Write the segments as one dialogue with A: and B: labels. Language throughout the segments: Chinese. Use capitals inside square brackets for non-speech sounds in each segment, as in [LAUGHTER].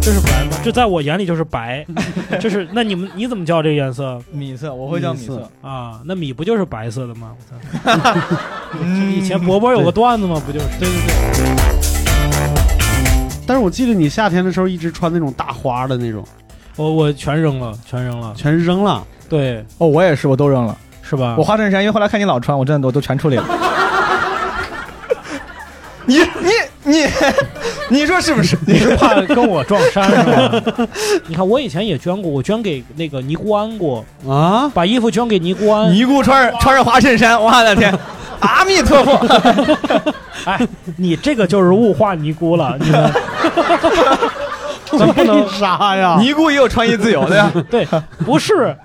A: 这是白吗？
B: 这在我眼里就是
A: [LAUGHS]
B: 白，这是那你们你怎么叫这个颜色？
C: 米色，我会叫米色。
B: 啊，那米不就是白色的吗？我操！
C: 嗯
B: 以前博博有个段子嘛，不就是？对对对。
A: 但是我记得你夏天的时候一直穿那种大花的那种，
B: 我哦我全扔了，全扔了。
A: 全扔了。
B: 对，
C: 哦，我也是，我都扔了。
B: 是吧？
C: 我花衬衫，因为后来看你老穿，我真的我都全处理了。你你你， [LAUGHS] 你说是不是？
B: 你是怕跟我撞衫是吧？ [LAUGHS] 你看我以前也捐过，我捐给那个尼姑庵过，
A: 啊，
B: 把衣服捐给尼姑庵。
C: 尼姑穿着穿着花衬衫，我的天！ [LAUGHS] 阿弥陀佛，
B: 哎， [LAUGHS] 你这个就是物化尼姑了，你们咱不能
A: 为啥呀？
C: [LAUGHS] 尼姑也有穿衣自由的呀。
B: 对，不是。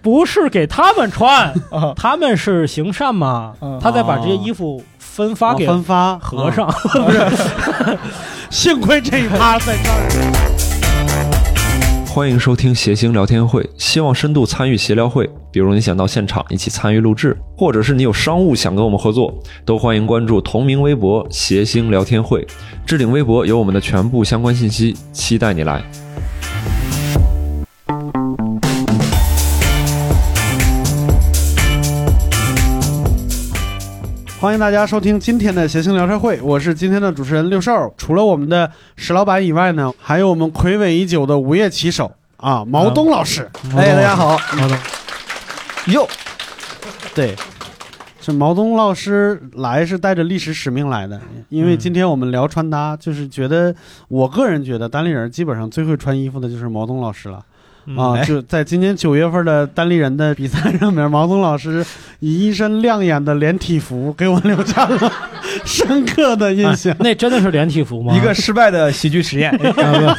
B: 不是给他们穿，
C: 啊
B: 他们是行善嘛
C: 嗯，
B: 他再把这些衣服分
C: 哦
B: 发给
A: 啊分发
B: 和尚，
A: [LAUGHS]
C: 嗯
A: [LAUGHS] 幸亏这一趴在这儿。
D: 欢迎收听谐星聊天会，希望深度参与协聊会。比如你想到现场一起参与录制，或者是你有商务想跟我们合作，都欢迎关注同名微博“谐星聊天会”，置顶微博有我们的全部相关信息，期待你来。
A: 欢迎大家收听今天的谐星聊天会，我是今天的主持人六兽。除了我们的石老板以外呢，还有我们魁伟已久的午夜骑手啊，毛东老师。
C: 哎，大家好，
B: 好的，
C: 哟，
A: 对，这毛东老师来是带着历史使命来的，因为
B: 嗯
A: 今天我们聊穿搭，就是觉得我个人觉得单立人基本上最会穿衣服的就是毛东老师了。
B: 嗯
A: 啊，
C: 哎
A: 就在今年九月份的单立人的比赛上面，毛东老师以一身亮眼的连体服给我留下
C: [LAUGHS]
A: 了深刻的印象。
B: [LAUGHS] 那真的是连体服吗？
C: 啊一个失败的喜剧实验。
B: 啊，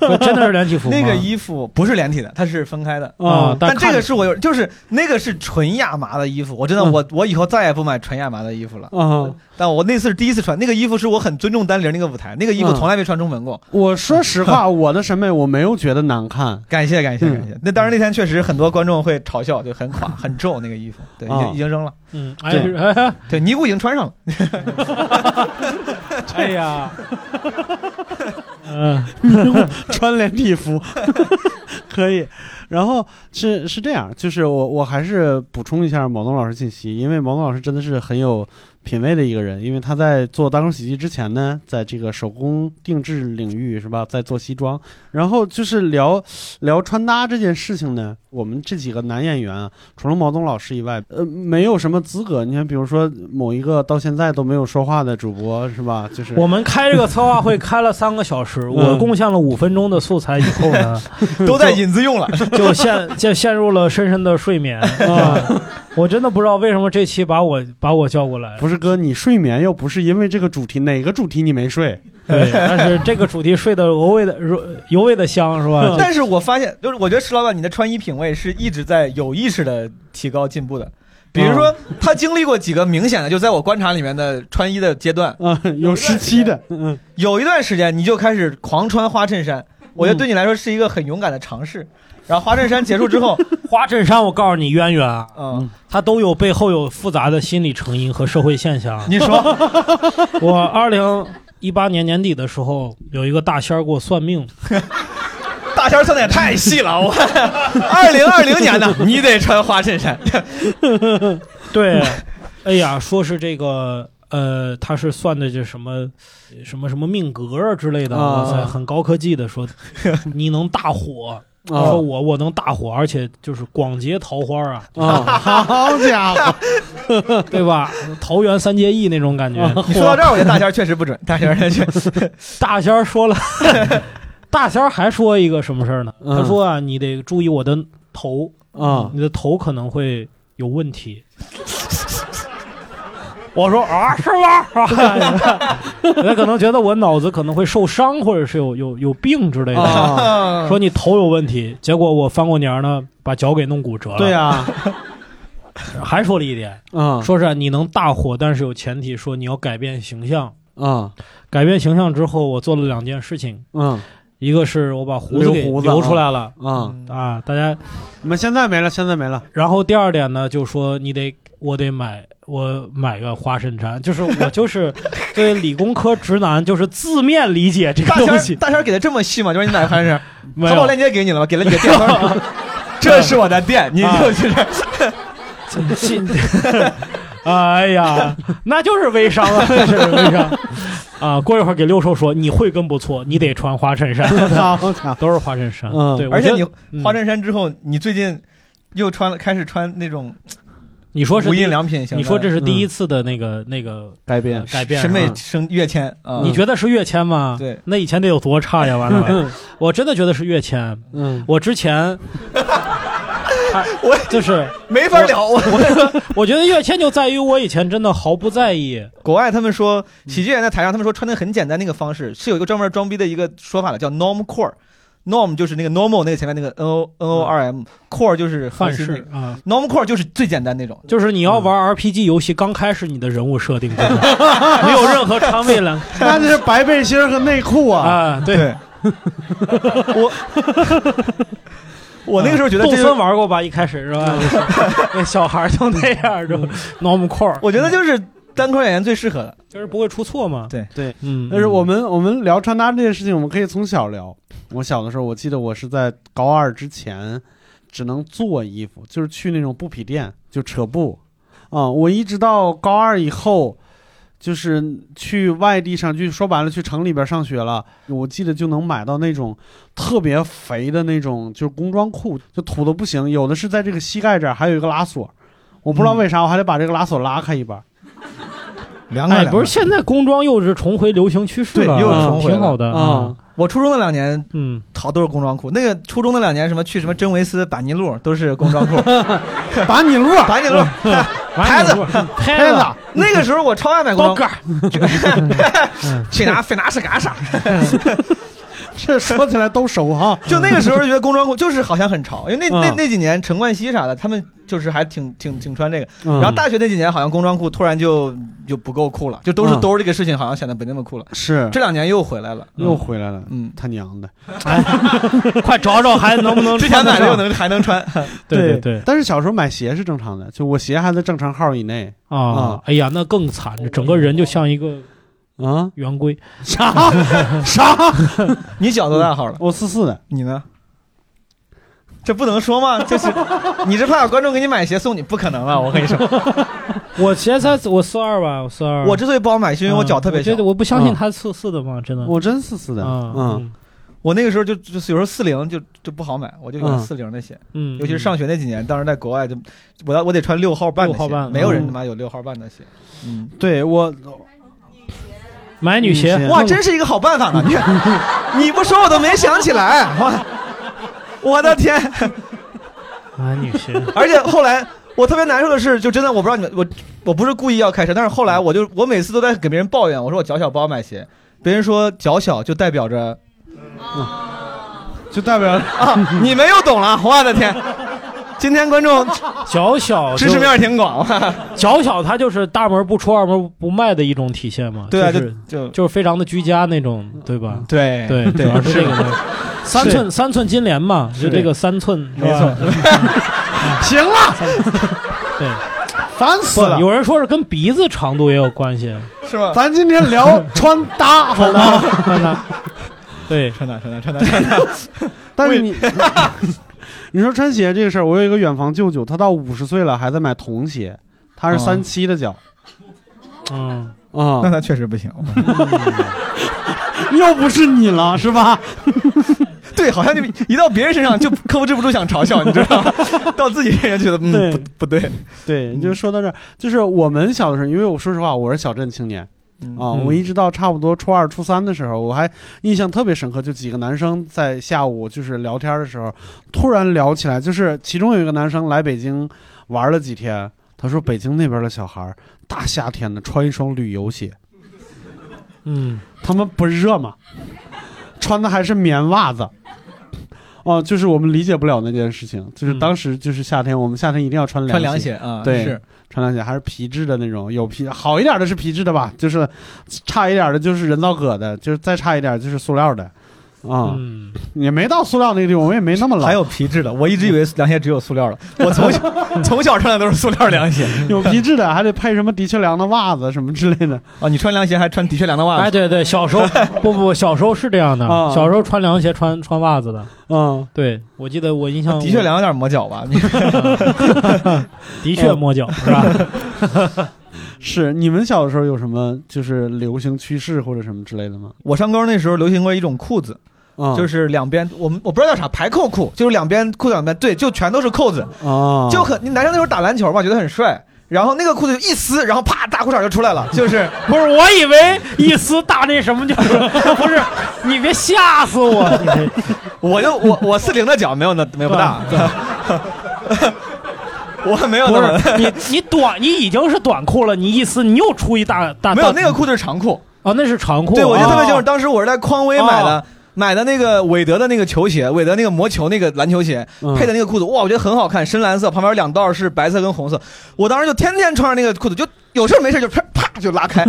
B: 不不 [LAUGHS] 真的是连体服吗？
C: 那个衣服不是连体的，它是分开的。
B: 啊，
C: 但这
B: 看
C: 个是我有，就是那个是纯亚麻的衣服，我真的
A: 嗯
C: 我我以后再也不买纯亚麻的衣服了。
B: 嗯
A: 啊，
C: 但我那次是第一次穿那个衣服，是我很尊重单立人那个舞台，那个衣服
A: 嗯
C: 从来没穿中文过。
A: [LAUGHS] 我说实话，我的审美我没有觉得难看。
C: 感谢感
A: 嗯
C: 谢感谢。那当然那天确实很多观众会嘲笑，就很
A: [LAUGHS]
C: 垮很皱那个衣服，对，已
A: 啊
C: 经已经扔了。
B: 嗯，哎
A: 对
B: 哎
C: 对，尼姑已经穿上了。嗯
B: [LAUGHS] 哎呀，嗯，
A: [LAUGHS] 穿连体服，可以。然后是是这样，就是我我还是补充一下毛东老师信息，因为毛东老师真的是很有品位的一个人，因为他在做单口喜剧之前呢，在这个手工定制领域是吧，在做西装。然后就是聊聊穿搭这件事情呢，我们这几个男演员啊，除了毛东老师以外，呃，没有什么资格。你看，比如说某一个到现在都没有说话的主播是吧？就是呃
B: 我们开这个策划会开了三个小时，我贡献了五分钟的素材以后呢，
C: 嗯 [LAUGHS] 都在引子用了，
B: 就陷就陷入了深深的睡
C: [LAUGHS]
B: 眠啊！我真的不知道为什么这期把我把我叫过来，
A: 不是哥，你睡眠又不是因为这个主题，哪个主题你没睡？
B: 对，但是这个主题睡得尤为的尤为的香是吧？
C: [LAUGHS] 但是我发现，就是我觉得石老板你的穿衣品味是一直在有意识的提高进步的。比如
B: 啊
C: 说，他经历过几个明显的，就在我观察里面的穿衣的
B: [LAUGHS]
C: 阶段，
A: 啊、有时期的，嗯，
C: 有一段时间你就开始狂穿花衬衫，我觉得对你来说是一个很勇敢的尝试。然后花衬衫结束之后，
B: 花衬衫，我告诉你渊源啊，
C: 嗯，
B: 它都有背后有复杂的心理成因和社会现象。啊
C: 你说，
B: [LAUGHS] 我二零一八年年底的时候，有一个大仙儿给我算命，
C: [LAUGHS] 大仙儿穿的也太细
B: [LAUGHS]
C: 了，我二零二零年呢，你得穿花衬 [LAUGHS] 衫，
B: [LAUGHS] 对，哎呀，说是这个。呃，他是算的这什么什么什么命格啊之类的，
A: 啊
B: 哇塞，很高科技的。
C: [LAUGHS]
B: 说你能大火，
C: 啊
B: 说我我能大火，而且就是广结桃花啊，
A: 啊，好家伙，
B: [LAUGHS] 对吧？桃园三结义那种感觉。
C: 啊你说
B: [LAUGHS]
C: 到这儿，我觉得大仙儿确实不准，大仙儿确实
B: 大仙儿说了， [LAUGHS] 大仙儿还说一个什么事儿呢？
A: 嗯
B: 他说啊，你得注意我的头，
A: 啊，
B: 你的头可能会有问
C: [LAUGHS]
B: 题。我说啊，是吗？ [LAUGHS] 他可能觉得我脑子可能会受伤，或者是有有有病之类的。
A: 啊
B: [LAUGHS] 说你头有问题，结果我翻过年儿呢，把脚给弄骨折了。
A: 对、呀，
B: [LAUGHS] 还说了一点，
A: 啊
B: 说是你能大火，但是有前提，说你要改变形象。
A: 啊
B: 改变形象之后，我做了两件事情，
A: 嗯
B: 一个是我把胡子
A: 留
B: 给
A: 胡子
B: 留
A: 啊
B: 出来了
A: 啊，
B: 啊，大家
A: 我们现在没了，现在没了，
B: 然后第二点呢，就说你得，我得买，我买个花衬衫，就是我就是
C: [LAUGHS]
B: 对理工科直男，就是字面理解这
C: 大
B: 个东
C: 仙儿
B: 西。
C: 大仙儿给的这么细吗？就让你买个花衬衫，
B: [LAUGHS] [LAUGHS] 没
C: 淘宝
B: 有，
C: 链接给你了吗？给了你个
B: [LAUGHS]
C: 电话，这是我的店，你就去这儿。
B: 啊信 [LAUGHS] 哎呀，那就是微商啊，那是微商 [LAUGHS] 啊！过一会儿给六兽说，你会跟不错，你得穿花
C: [LAUGHS]
B: 衬衫，
A: 好家伙，
B: 都是花衬衫。
A: 嗯
B: 对，我
C: [LAUGHS] 而且
B: 觉得
C: 你
B: 嗯
C: 花衬衫之后，你最近又穿了，开始穿那种
B: 你说是
C: 无
B: 第
C: 印良品型的。嗯
B: 你说这是第一次的那个那个
A: 改
B: 呃
A: 变
B: 改变
C: 审
B: 是
C: 美
B: 吧
C: 升跃迁啊？
B: 你觉得是跃迁吗？
C: 对，
B: 那以前得有多差呀！完
C: [LAUGHS]
B: 了，我真的觉得是跃迁。
A: 嗯，
B: 我之前，
C: 我
B: 就是
C: 没法聊。啊我
B: 我觉得跃迁就在于哎我以前真的毫不在意。
C: 国外他们说喜剧演员在台上，他们说穿的很简单那个方式，是有一个专门装逼的一个说法的，叫 norm core。norm 就是那个 normal 那个前面那个 n o n o r m core 就是核
B: 范
C: 心嗯那
B: 式
C: 个
B: 啊，
C: norm core 就是最简单那种，
B: 就是你要玩 RPG 游戏，刚开始你的人物设定
C: [LAUGHS]
B: 就是没有任何穿位了
A: 那就是白背心儿和内裤啊，
B: 啊，对。
C: 对，
B: [LAUGHS]
C: 我我那个时候嗯觉得
B: 啊动
C: 这
B: 森
C: 就，
B: 玩过吧？一开始是吧？ [LAUGHS] 那小孩儿都那样，就 norm core，
C: 我觉得就是单口演员最适合的。
B: 就是不会出错嘛。
C: 对
A: 对，
B: 嗯，
A: 但是我们我们聊穿搭这件事情，我们可以从小聊。我小的时候，我记得我是在高二之前只能做衣服，就是去那种布匹店就扯布啊、我一直到高二以后，就是去外地上去，说白了去城里边上学了，我记得就能买到那种特别肥的那种，就是工装裤，就土的不行，有的是在这个膝盖这儿还有一个拉锁，我不知道为啥我还得把这个拉锁拉开一半。
C: 凉
B: 哎，不是，现在工装又是重回流行趋势了，
C: 对又是
B: 啊
C: 重回了
B: 挺好的
A: 啊。
C: 嗯我初中那两年
B: 嗯，
C: 淘都是工装裤，那个初中那两年什么去什么真维斯、板尼路都是工
B: [LAUGHS]
C: 装裤，
A: 把你
C: [LAUGHS]
A: 路
C: 板尼路
B: 嗯
C: 牌子 [LAUGHS]
B: 拍
A: 开
B: 子
A: 了，
C: 那个时候我超爱买工
B: 包
C: 装裤
B: 个，儿，
C: [LAUGHS]
B: 嗯
C: 去拿非拿是干啥？
A: 这说起来都熟哈。
C: 就那个时候觉得工装裤就是好像很潮，因为那
A: 嗯
C: 那那几年陈冠希啥的，他们就是还挺挺挺穿这个。
A: 嗯
C: 然后大学那几年好像工装裤突然就就不够酷了，就都是
A: 嗯
C: 兜儿这个事情好像显得不那么酷了。
A: 是
C: 这两年又回来了，
A: 又回来了，
C: 嗯，
A: 他娘的！
B: 哎 [LAUGHS] 快找找还能不能
C: [LAUGHS] 之前
B: 穿得
C: 买的又
B: 上
C: 能还能穿，
B: [LAUGHS]
A: [LAUGHS]
B: 对对对
A: 但是小时候买鞋是正常的，就我鞋还在正常号以内
B: 啊
A: 啊！
B: 哎呀，那更惨，这整个人就像一个
A: 啊。[LAUGHS]
B: 圆规。
A: 啥
B: [LAUGHS]
C: 嗯
A: 啥？
C: [LAUGHS] 你脚多大号了？
A: 我四四的，
C: 你呢？这不能说吗？ [LAUGHS] 就是你是怕有观众给你买鞋送你？不可能啊！我跟你说，
B: [LAUGHS] 我鞋才我四二吧，我四二，
C: 我之所以不好买，是因为我脚特别
B: 觉
C: 小嗯
B: 得。我不相信他四四的嘛，真的。
A: 我真四四的，
B: 啊
A: 嗯，
C: 我那个时候就就是有时候四零就就不好买，我就有
A: 嗯
C: 四零的鞋。
B: 嗯，
C: 尤其是上学那几年，当时在国外就我要我得穿六号半的
B: 六号
C: 鞋，
B: 半
C: 没有人
A: 嗯
C: 他妈有六号半的鞋。嗯，
A: 对我
B: 买女鞋
A: 女鞋
C: 哇，真是一个好办法呢！你看，你不说我都没想起
A: [LAUGHS]
C: 来，哇，我的天！
B: 买女
C: [LAUGHS]
B: 鞋，
C: 而且后来我特别难受的是，就真的我不知道你们，我我不是故意要开车，但是
A: 嗯
C: 后来我就我每次都在给别人抱怨，我说我脚小不好买鞋，别人说脚小就代表着
A: 就代表
C: 啊，你们又懂了，我的天！今天观众
B: 脚小
C: 知识面挺广，
B: 脚小，它就是大门不出二门不迈的一种体现嘛。
C: 对啊，
B: 就
C: 就是就
B: 就是非常的居家那种，对吧？
C: 对 [LAUGHS]
B: 对，主要是这个东西。三寸三寸金莲嘛，就这个三寸，是
C: 没
B: 吧
C: 错，
B: [LAUGHS]
A: 行了，
C: [LAUGHS]
B: 对，
A: 烦死
B: 不，
A: 了。
B: 有人说是跟鼻子长度也有关系，
C: 是吗？
A: 咱今天聊穿搭好吗？
B: 看他，对，
C: [LAUGHS] 穿搭穿搭穿搭穿搭，
A: [LAUGHS] 但是你 [LAUGHS] 你说穿鞋这个事儿，我有一个远房舅舅，他到五十岁了还在买童鞋，他是
C: 啊
A: 三七的脚
B: 嗯，
A: 啊
C: 那，他确实不行。
A: 又不是你了是吧？
C: 对，好像就一到别人身上就克制不住想嘲笑，你知道吗？
B: [LAUGHS]
C: 到自己身上觉得 [LAUGHS] 嗯
A: 对
C: 不不对 [LAUGHS] 嗯
A: 对，就说到这儿，就是我们小的时候，因为我说实话，我是小镇青年啊，
B: 嗯
A: 我一直到差不多初二、初三的时候，我还印象特别深刻，就几个男生在下午就是聊天的时候，突然聊起来，就是其中有一个男生来北京玩了几天，他说北京那边的小孩儿大夏天的穿一双旅游鞋，
B: 嗯，
A: 他们不热吗？穿的还是棉袜子。哦，就是我们理解不了那件事情，就是
B: 嗯
A: 当时就是夏天，我们夏天一定要穿
C: 穿
A: 凉
C: 凉
A: 鞋
C: 鞋啊，
A: 对
C: 是
A: 穿凉鞋还是皮质的那种，有皮好一点的是皮质的吧，就是差一点的就是人造革的，就是再差一点就是塑料的，啊，
B: 嗯，
A: 也没到塑料那个地方，我也没那么老。
C: 还有皮质的，我一直以为凉鞋只有塑料的，我
A: [LAUGHS]
C: 从小从小穿的都是塑料凉鞋
A: 有皮质的，还得配什么的确良的袜子什么之类的。
C: 啊！你穿凉鞋还穿的确良的袜
B: 哎，
C: 子，
B: 对对，小
C: [LAUGHS]
B: 时候不不，小时候是这样的，
A: 啊
B: 小时候穿凉鞋穿穿袜子的。
A: 嗯，
B: 对，我记得我印象啊
C: 的确凉有点磨
A: [LAUGHS]
C: 脚吧？
B: [LAUGHS]
C: 你
B: 的确摸脚是吧？
A: [LAUGHS] 是你们小的时候有什么就是流行趋势或者什么之类的吗？
C: 我上高中那时候流行过一种裤子，
A: 啊，
C: 就是是两边我们我不知道叫啥排扣裤，就是两边裤子两边对，就全都是扣子，
A: 啊，
C: 就很你男生那时候打篮球嘛，觉得很帅。然后那个裤子就一撕，然后啪，大裤衩就出来了，就是
B: [LAUGHS] 不是，我以为一撕大那什么就是 [LAUGHS] 不是，你别吓死我！你这
C: [LAUGHS] 我就我我四零的脚没有那没有
B: [LAUGHS]
C: 不大， [LAUGHS] 我没有
B: 不
C: 那么
B: 是你你短你已经是短裤了，你一撕你又出一大大
C: 没有
B: 大
C: 那个裤子是长裤，
B: 啊，那是长裤。
C: 对我就特别清楚，
B: 哦
C: 当时我是在匡威买的
B: 哦。
C: 买的那个韦德的那个球鞋，韦德那个魔球那个篮球鞋，
A: 嗯
C: 配的那个裤子，哇，我觉得很好看，深蓝色，旁边有两道是白色跟红色。我当时就天天穿着那个裤子，就有事儿没事儿就啪啪就拉开，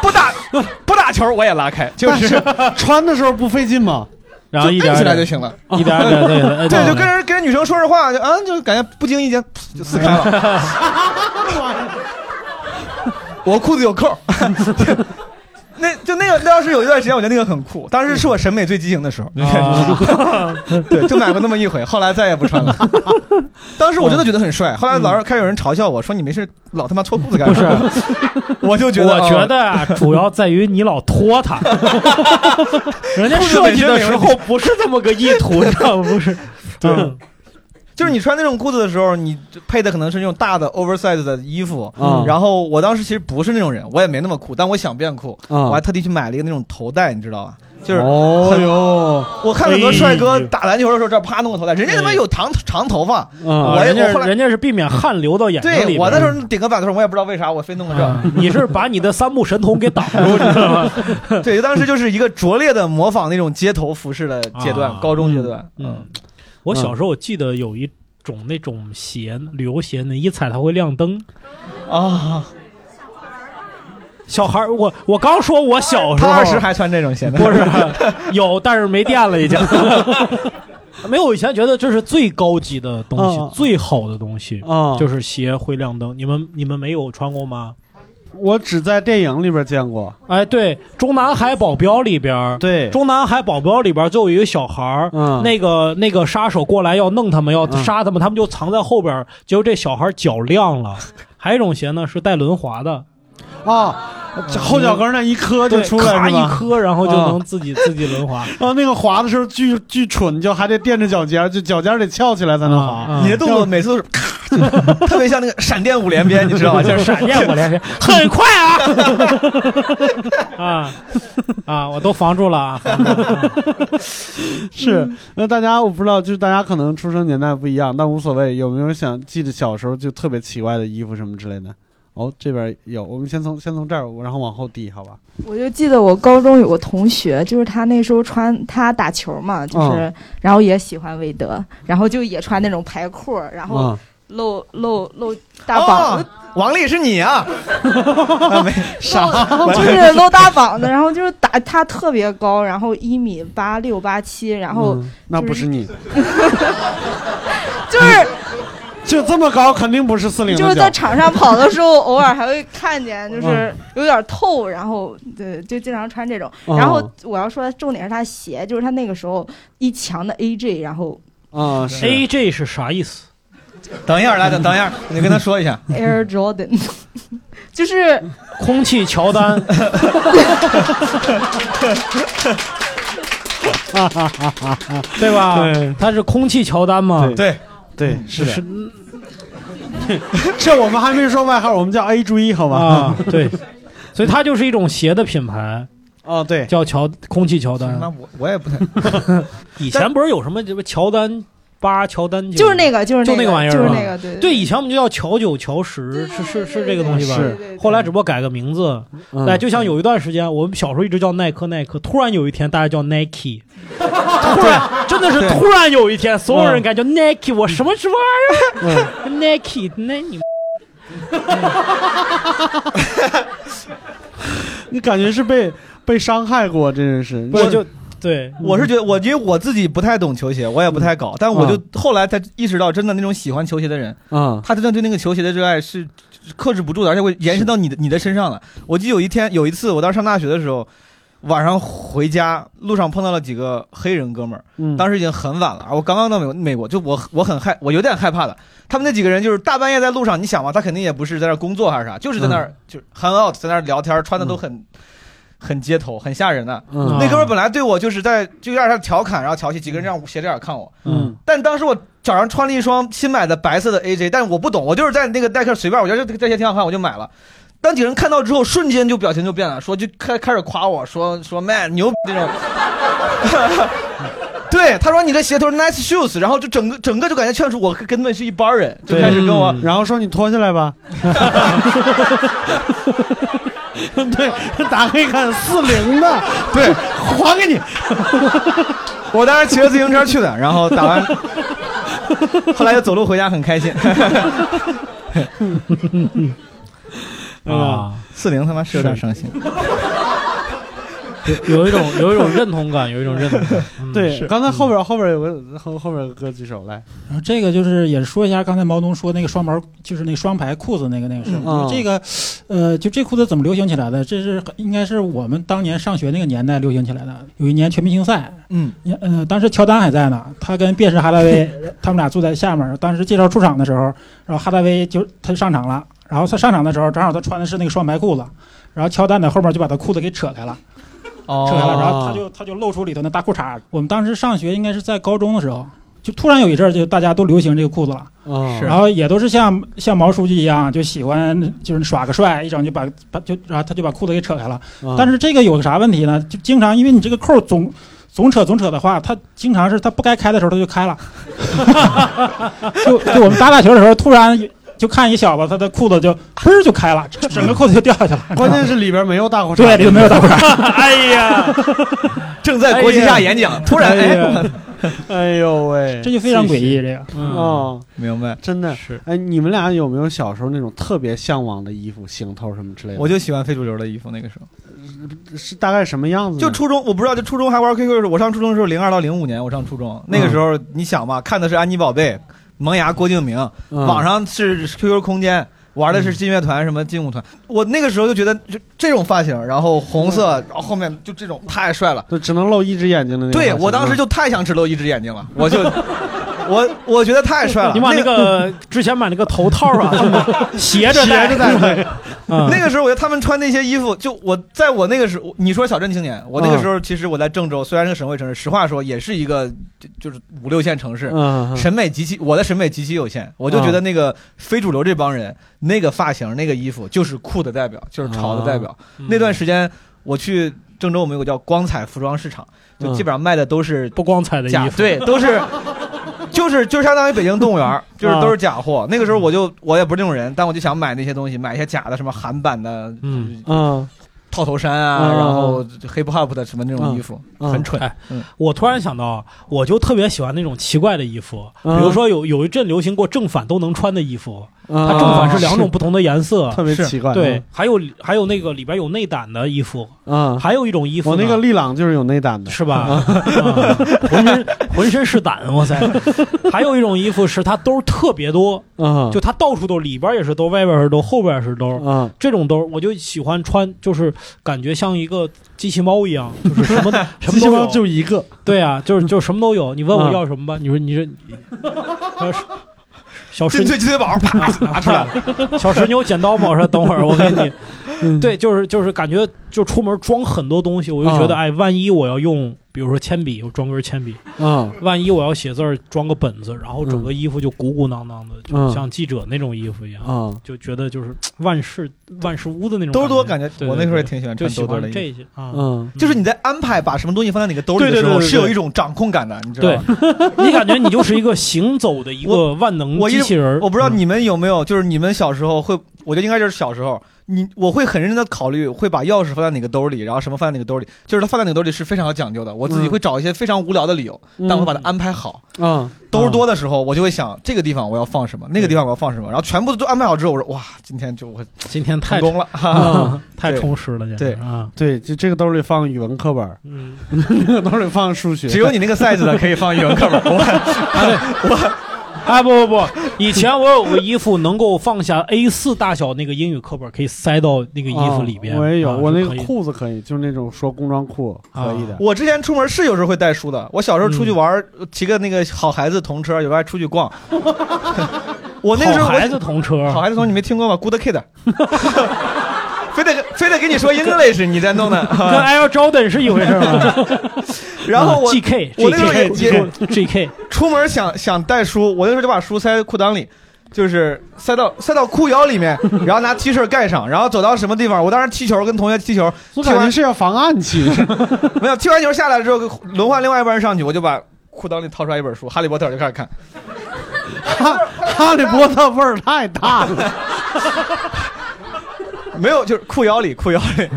C: 不打 [LAUGHS] 不打球我也拉开，就
A: 但
C: 是
A: 是穿的时候不费劲吗？
B: 然后一
C: 就
B: 点
C: 摁
B: 儿
C: 起来就行了。
B: 一点儿一点儿对对
C: [LAUGHS] 对，就跟
B: 对
C: 人跟人女生说着话，就啊，就感觉不经意间噗就撕开了。
B: [LAUGHS]
C: 我裤子有扣儿， [LAUGHS] 那就那个那要是有一段时间，我觉得那个很酷，当时是我审美最畸形的时候。
B: 啊
C: 对，就买过那么一回，后来再也不穿了。 [LAUGHS] 当时我真的觉得
B: [LAUGHS]
C: 很帅，后来老是开始有人嘲笑我说你没事老他妈脱裤子
B: 嗯
C: 干
B: 不是
C: 啥？， [LAUGHS] 我就觉得，
B: 我觉
C: 哦
B: 得
C: [LAUGHS]
B: 啊，主要在于你老拖沓。人家设计的时候不是这么个意 [LAUGHS] 图，你知道吗？不是，
A: 对
B: 嗯
C: 就是你穿那种裤子的时候，你配的可能是那种大的 oversize 的衣服。
B: 嗯
A: 啊
C: 然后我当时其实不是那种人，我也没那么酷，但我想变酷，
B: 嗯
C: 我还
A: 啊，
C: 特地去买了一个那种头带，你知道吧？就是
A: 哦
C: 很
A: 哟，
C: 我看很多帅哥
B: 哎
C: 打篮球的时候，这儿啪弄个头带，人家他妈有长长头发，
A: 啊
B: 啊
C: 我也
B: 人家
C: 我后来
B: 人家是避免汗流到眼睛里
C: 对
B: 边。
C: 我那时候顶个板的时候，我也不知道为啥我非弄个
B: 啊
C: 这，
B: 你是把你的三目神童给挡住，你知道吗？
C: 儿， [LAUGHS] 对，当时就是一个拙劣的模仿那种街头服饰的阶段
B: 啊，
C: 高中阶段，
B: 嗯
C: 嗯，，
B: 我小时候我记得有一种那种鞋，旅游鞋呢，一踩它会亮灯。
C: 啊，
B: 小孩儿，我我刚说我小时
C: 他
B: 候
C: 二十还穿这种鞋呢，
B: 不是有，但是没电
C: [LAUGHS]
B: 了已经。没有，我以前觉得这是最高级的东西，
A: 嗯
B: 最好的东西，
A: 啊，
B: 就是是鞋会亮灯。你们你们没有穿过吗？
A: 我只在电影里边见过。
B: 哎，对，《中南海保镖》里边儿，
A: 对
B: 《中南海保镖》里边儿就有一个小孩儿。
A: 嗯，
B: 那个那个杀手过来要弄他们，要
A: 嗯
B: 杀他们，他们就藏在后边儿。结果这小孩儿脚
A: [LAUGHS]
B: 亮了。还有一种鞋呢，是带轮滑的，
A: 啊，这后脚跟那一磕就
B: 嗯对，
A: 出
B: 咔
A: 来是
B: 一
A: 吧？
B: 磕，然后就
A: 啊
B: 能自己、自己轮滑。
A: 啊，那个滑的时候巨巨蠢，就还得垫着脚尖儿，就脚尖儿得翘起来才能
B: 啊
A: 滑。
B: 啊
C: 你的动作每次
A: [LAUGHS]
C: 都是咔，特别像那个闪电五连鞭，你知道吗？就是
B: 闪电我 [LAUGHS] 连连，很快啊！ [LAUGHS] 啊啊，我都防住了啊！防住了啊
A: [LAUGHS] 是，那大家我不知道，就是大家可能出生年代不一样，但无所谓。有没有想记得小时候就特别奇怪的衣服什么之类的？哦，这边有，我们先从先从这儿，然后往后递，好吧？
E: 我就记得我高中有个同学，就是他那时候穿他打球嘛，
A: 嗯
E: 就是、然后也喜欢韦德，然后就也穿那种排裤，然后
A: 啊，
E: 露、露露大膀子，
C: 哦王丽是你啊，啊 [LAUGHS] 没
E: 露就是露大膀子，然后就是打他特别高，然后一米八六八七，然后
A: 嗯那不
E: [LAUGHS]
A: 是你，
E: 就是、
A: [LAUGHS] 就这么高，肯定不是四零
E: 就是
A: 的
E: 在
A: 脚。
E: 场上跑的时候，偶尔还会看见，
A: 嗯
E: 就是有点透，然后对，就经常穿这种。然后
A: 哦
E: 我要说的重点是他鞋，就是他那个时候一墙的 AJ，然后
A: 啊，是
B: A J 是啥意思？
C: 等一会儿来，等等一会儿，你跟他说一下，
E: Air Jordan，就是
B: 空气
A: [LAUGHS]
B: 乔丹，对吧？
A: 对
B: 他是空气乔丹嘛？嗯
A: 对
C: 对，
A: 对， [LAUGHS] 是
B: 是
A: 的。 [LAUGHS] 这我们还没说外号，我们叫 A 锥，好吧？
B: 啊，对，所以它就是一种鞋的品牌，
A: 哦，对，
B: 叫乔空气乔
C: 那
B: 丹。
C: 我我也不太
B: 以前不是有什么什么乔丹八、乔丹九，
E: 就是那个，就是
B: 就那个玩意儿
E: 就是
B: 吧
E: 那个，对
B: 对，以前我们就叫乔九、乔十，是是是这个东西吧？
A: 是
B: 后来只不过改个名字，
A: 嗯
B: 哎，就像有一段时间，我们小时候一直叫耐克，耐克，突然有一天大家叫 Nike，突然真的是
C: 对
B: 突然有一天，所有人感觉 Nike，我什么什么玩意儿？Nike，那
A: 嗯
B: [LAUGHS]
C: 哎
B: 你
A: 你感觉是被被伤害过，真的是。
B: 我就对，
C: 我是觉得，我因为我自己不太懂球鞋，我也不太
A: 嗯
C: 搞，但我就后来才意识到，真的那种喜欢球鞋的人，
A: 啊
C: 他真的对那个球鞋的热爱是克制不住的，而且会延伸到你的你的身上了。我记得有一天，有一次我当时上大学的时候，晚上回家路上碰到了几个黑人哥们儿，
A: 嗯，
C: 当时已经很晚了，啊我刚刚到美国美国，就我我很害，我有点害怕的。他们那几个人就是大半夜在路上，你想嘛，他肯定也不是在那儿工作还是啥，就是在那
B: 嗯
C: 儿、就是 hang out，在那儿聊天，穿的都很、很街头，很吓人的。
A: 嗯
C: 那哥们儿本来对我就是在就有点像调侃，然后调戏，几个人这样斜着眼看我。
A: 嗯
C: 但当时我脚上穿了一双新买的白色的 AJ，但是我不懂，我就是在那个耐克随便，我觉得这这鞋挺好看，我就买了。当几个人看到之后，瞬间就表情就变了，说就开开始夸我说说 man 牛逼那种。 [LAUGHS] 对，他说你这鞋头 nice shoes，然后就整个整个就感觉劝说我根本是一帮人，就
A: 对
C: 开始跟我
B: 嗯
A: 然后说你脱下来吧。 [LAUGHS] 嗯
C: [LAUGHS]
A: 对，打开一看四零的，对，还给
C: [LAUGHS]
A: 你。
C: 我当时骑着自行车去的，然后哦打完， [LAUGHS] 后来就走路回家，很
A: [LAUGHS]
C: 开心。
B: 啊，
C: 四零他妈是有点伤心。
B: 有有一种有一种认同感，有一种认同
A: [LAUGHS]
B: 感。嗯
A: 对，刚才后边后边有个后后边有个歌举手来，
F: 然后这个就是也说一下刚才毛东说那个双毛，就是那个双排裤子那个那个事儿。
A: 嗯
F: 就这个，呃，就这裤子怎么流行起来的？这是应该是我们当年上学那个年代流行起来的。有一年全明星赛，
C: 嗯，
F: 你呃，当时乔丹还在呢，他跟便士哈达威 [LAUGHS] 他们俩坐在下面。当时介绍出场的时候，然后哈达威就他上场了，然后他上场的时候正好他穿的是那个双排裤子，然后乔丹在后面就把他裤子给扯开了。
A: 哦
F: 扯开了，然后他就他就露出里头那大裤衩儿。我们当时上学应该是在高中的时候，就突然有一阵儿就大家都流行这个裤子了，
A: 哦
C: 是
F: 然后也都是像像毛书记一样，就喜欢就是耍个帅，一整就把把就然后他就把裤子给扯开了。
A: 嗯
F: 但是这个有个啥问题呢？就经常因为你这个扣儿总总扯总扯的话，它经常是它不该开的时候它就
A: [LAUGHS]
F: 开了。就就我们打打球的时候，突然就看一小子他的裤子就嘣儿就开了，整个裤子就掉下去了。
B: [LAUGHS]
A: 关键是里边没有大裤衩，
F: 对里头没有大
C: [LAUGHS]
F: 裤衩儿。
B: 哎 [LAUGHS] 呀，
C: 正在国旗下演讲，突然
A: 哎
C: 哎，
A: 呀，哎呦喂，
F: 这就非常诡异，这个
B: 嗯，
A: 哦，
C: 明白。
A: 真的。
B: 是
A: 哎，你们俩有没有小时候那种特别向往的衣服、行头什么之类的？
C: 我就喜欢非主流的衣服，那个时候
A: 是大概什么样子呢？
C: 就初中，我不知道，就初中还玩 QQ 的时候，我上初中的时候，零二到零五年，我上初中那个时候，你想吧，看的是安妮宝贝、萌芽、郭敬明，
A: 嗯
C: 网上是 QQ 空间。玩的是劲乐团，什么劲舞团。我那个时候就觉得，就这种发型，然后红色，哦然后后面就这种太帅了。
A: [LAUGHS] 就只能露一只眼睛的那种发
C: 对
A: 型。
C: 我当时就太想只露一只眼睛了，
A: [LAUGHS]
C: 我就我我觉得太帅了。
B: 你把
C: 那
B: 那个之前买那个头套啊，真的斜着戴
C: 斜着戴对
B: 嗯
C: 那个时候，我觉得他们穿那些衣服，就我在我那个时候，你说小镇青年，我那
B: 嗯
C: 个时候其实我在郑州，虽然是个省会城市，实话说也是一个就就是五六线城市，
A: 嗯，嗯，嗯
C: 审美极其我的审美极其有限，我就觉
B: 嗯
C: 得那个非主流这帮人，那个发型、那个衣服就是酷的代表，就是潮的代
B: 啊
C: 表。那
B: 嗯
C: 段时间我去郑州，我们有个叫光彩服装市场，
A: 嗯
C: 就基本上卖的都是
B: 不光彩的
C: 假
B: 衣服，
C: 对，
B: [LAUGHS]
C: 都是就是就是相当于北京动物园儿，就是
B: 啊
C: 都是假货。那个时候
B: 嗯
C: 我就我也不是那种人，但我就想买那些东西，买一些假的，什么韩版的
B: 嗯
A: 嗯
C: 套头衫啊，
A: 嗯
C: 然后 hip hop 的什么那种衣服，
A: 嗯
C: 很蠢。
B: 哎我突然想到，我就特别喜欢那种奇怪的衣服，比
C: 嗯
B: 如说有有一阵流行过正反都能穿的衣服，
A: 嗯
B: 它正反是两种
A: 是
B: 不同的颜色，
A: 特别
C: 是
A: 奇怪。
C: 嗯
B: 对，还有还有那个里边有内胆的衣服，
A: 嗯，嗯，
B: 还有一种衣服
A: 我
B: 呢，
A: 那个利朗就是有内胆的。
B: 是吧？
A: [LAUGHS]
B: 啊浑身浑身是胆，哇塞！还有一种衣服是它兜儿特别多，
A: 嗯，
B: 就它到处都里边也是兜，外边也是兜，后边也是兜。
A: 嗯
B: 这种兜儿我就喜欢穿，就是感觉像一个机器猫一样，就是
A: [LAUGHS]
B: 什么什
A: 机
B: 么
A: 器
B: 都
A: 猫
B: 有。
A: 就一个，
B: 对啊，就是就是什么都有。你问我
A: 嗯
B: 要什么吧，你说你这， [LAUGHS] 呃小啊石
C: 进去鸡腿堡，
B: [LAUGHS]
C: 啪拿出来了。
B: 小石牛剪刀吗？我说等会儿我给
A: [LAUGHS]
B: 你。
A: 嗯
B: 对，就是就是感觉就出门装很多东西，我就觉得、
A: 嗯
B: 哎，万一我要用，比如说铅笔，我装根铅笔；
A: 嗯
B: 万一我要写字儿，装个本子，然后整个衣服就鼓鼓囊囊的，
A: 嗯
B: 就像记者那种衣服一样，
A: 嗯，
B: 就觉得就是嘖万事万事屋的那种
C: 兜兜
B: 感
C: 感
B: 觉
C: 觉，
B: 对
C: 我那时候也挺喜欢
B: 就
C: 穿
B: 喜
C: 兜兜的
B: 欢
C: 衣服。
B: 这些啊。
A: 嗯，
C: 就是你在安排把什么东西放在你的兜里的时
B: 对对对
C: 候，
B: 对对
C: 是有一种掌控感的，你知道
B: 对
C: 吗？， [LAUGHS]
B: 你感觉你就是一个行走的一个万能
C: 我一
B: 机器人儿。
C: 我不知道
B: 嗯
C: 你们有没有，就是你们小时候会，我觉得应该就是小时候，你我会很认真的考虑，会把钥匙放在哪个兜里，然后什么放在哪个兜里，就是它放在哪个兜里是非常有讲究的。我自己
A: 嗯
C: 会找一些非常无聊的理由，
B: 嗯
C: 但我会把它安排好。
A: 嗯
C: 兜儿多的时候，我就会想这个地方我要放什么，那个地方我要放什么，然后全部都安排好之后，我说哇，今天就我
B: 今天
C: 成
B: 太
C: 功了。哈哈 [LAUGHS]
B: 啊太
C: 对
B: 充实了，简直
C: 对
B: 啊，
A: 对，就这个兜里放语文课本，
B: 嗯，
A: [LAUGHS] 那个兜里放数学，
C: 只有你那个 size 的可以放语文课
B: [LAUGHS]
C: 本，我
B: 哎不不不，以前我有个衣服能够
A: [LAUGHS]
B: 放下 A 4大小那个英语课本，可以塞到那个衣服里边。
A: 啊我也有，
B: 啊
A: 我那个
B: 可以啊
A: 裤子可以，就是那种说工装裤可以的。
C: 我之前出门是有时候会带书的。我小时候
B: 嗯
C: 出去玩儿，骑个那个好孩子童车，有时候还出去逛。 [LAUGHS] 我那个时候
B: 好
C: 我
B: 孩子童车，
C: 好孩子童，你没听过吗？Good kid，非得 [LAUGHS] 非得跟你说 English，你在弄呢。啊
B: 跟 Air Jordan 是一回事吗？
C: [LAUGHS] 然后我
B: G K
C: 我那时候
B: G
C: 也
B: K
C: 也
B: G K
C: 出门想想带书，我那时候就把书塞裤裆里，就是塞到塞到裤腰里面，然后拿 T 恤盖上，然后走到什么地方，我当时踢球跟同学踢球，
A: 我
C: 踢
A: 感觉
C: 完
A: 是要防暗器，
C: [LAUGHS] 没有踢完球下来之后，轮换另外一帮人上去，我就把裤裆里掏出来一本书《哈利波特》就开始看，
A: 哈哈利波特味儿太大了。
C: 没有就是裤腰里裤腰里，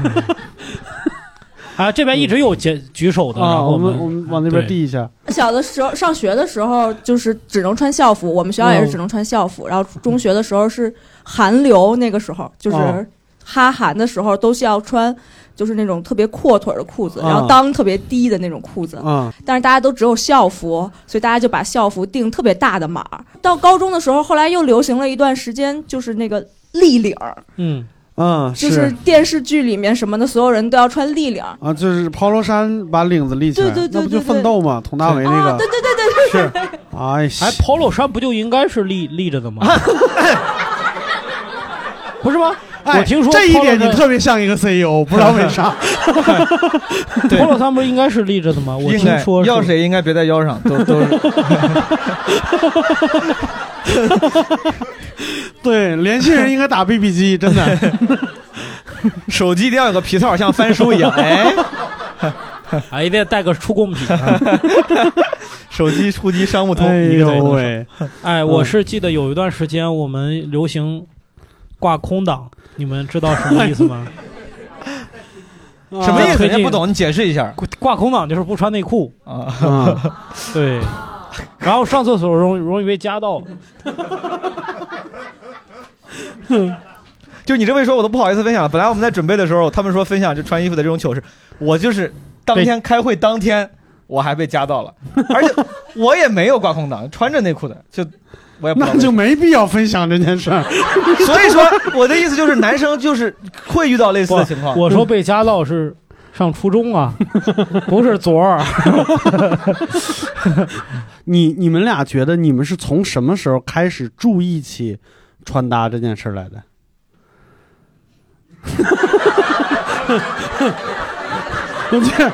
B: [LAUGHS] 啊，这边一直有举举手的，然
A: 啊，
B: 后
A: 我们
B: 们
A: 我们往那边递一下。
G: 小的时候上学的时候就是只能穿校服，我们学校也是只能穿校服。然后中学的时候是韩流，那个时候就
A: 哦
G: 是哈韩的时候都是要穿。就是那种特别阔腿的裤子，
A: 啊
G: 然后裆特别低的那种
E: [LAUGHS]
G: 裤子，
A: 嗯，
G: 但是大家都只有校服，所以大家就把校服定特别大的码儿。到高中的时候，后来又流行了一段时间，就是那个立领儿，
B: 嗯，
A: 嗯，
G: 就是电视剧里面什么的，所有人都要穿立领儿。
A: 啊，就是 polo 衫把领子立起来，
G: 对对对
A: 那不就
G: 对对
A: 奋斗吗？佟大为那
G: 啊，
A: 个
G: 对对对对，
A: 是，哎，
B: 哎，Polo 衫不就应该是立立着的吗？ [LAUGHS] 不是吗？
A: 哎
B: 我听说
A: 这一
B: polo
A: 点你
B: 衫
A: 特别像一个 CEO，不知道为啥。 [LAUGHS]
B: [LAUGHS]
C: 对
B: Polo 衫不是应该 [LAUGHS] 是立着的吗？我
C: [LAUGHS] 应
B: 听
C: 该
B: 说
C: 钥
B: 是
C: 匙也应该别在腰上，都都是。
A: [LAUGHS] 对，联系人应该打 BB
B: [LAUGHS]
A: 机，真的。
C: 手机一定要有个皮套，像翻书
A: [LAUGHS]
C: 一样。哎，
B: 哎，得带个出贡品。啊
A: [LAUGHS]
C: 手机触及商务通，
A: 哎
C: 一个嗯
A: 呦
C: 东西
A: 喂，
B: [LAUGHS] 哎，我是记得有一段时间我们流行挂空档，你们知道什么意思吗？
C: [LAUGHS] 什么意
B: 啊
C: 思？
B: 推
C: 人
B: 进
C: 家不懂，你解释一下
B: 挂挂空档就是不穿内裤，
C: [LAUGHS] 啊。
A: 啊？
B: [LAUGHS] 对，然后上厕所容容易被夹到。
C: [LAUGHS] 就你这么一说，我都不好意思分享了。本来我们在准备的时候，他们说分享就穿衣服的这种糗事，我就是当天开会当天，我还被夹到
A: [LAUGHS]
C: 了，而且我也没有挂空档，穿着内裤的，就我也不知道
A: [LAUGHS] 那
C: 为什
A: 就 [LAUGHS]
C: 么。
A: 没必要分享这
B: [LAUGHS]
A: 件事儿。
C: 所以说，我的意思就是，男生就是会遇到类似的情况。
B: 我说被夹到是上初中啊，
A: [LAUGHS]
B: 不是昨儿。
A: 你你们俩觉得你们是从什么时候开始注意起穿搭这件事儿来的？ [LAUGHS] 我觉得，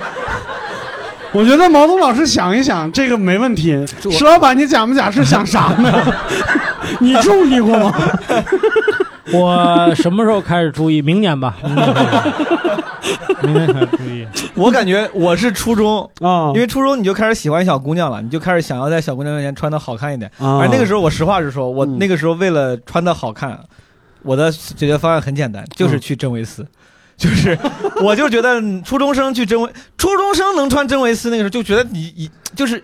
A: 我觉得毛东老师想一想，这个没问题。
C: 我
A: 石老板，你假不假是想啥呢？ [LAUGHS] 你注意过吗？
B: 我什么时候开始注意？明年吧，明年开始明年开始注意。
A: [LAUGHS]
C: 我感觉我是初中，
A: 啊
C: 因为初中你就开始喜欢小姑娘了，你就开始想要在小姑娘面前穿的好看一点。
A: 啊
C: 而那个时候，我实话实说，我
A: 嗯
C: 那个时候为了穿的好看，我的解决方案很简单，
A: 嗯
C: 就是去真维斯。就是，我就觉得初中生去真维，初中生能穿真维斯，那个时候就觉得你以就是
A: 啊，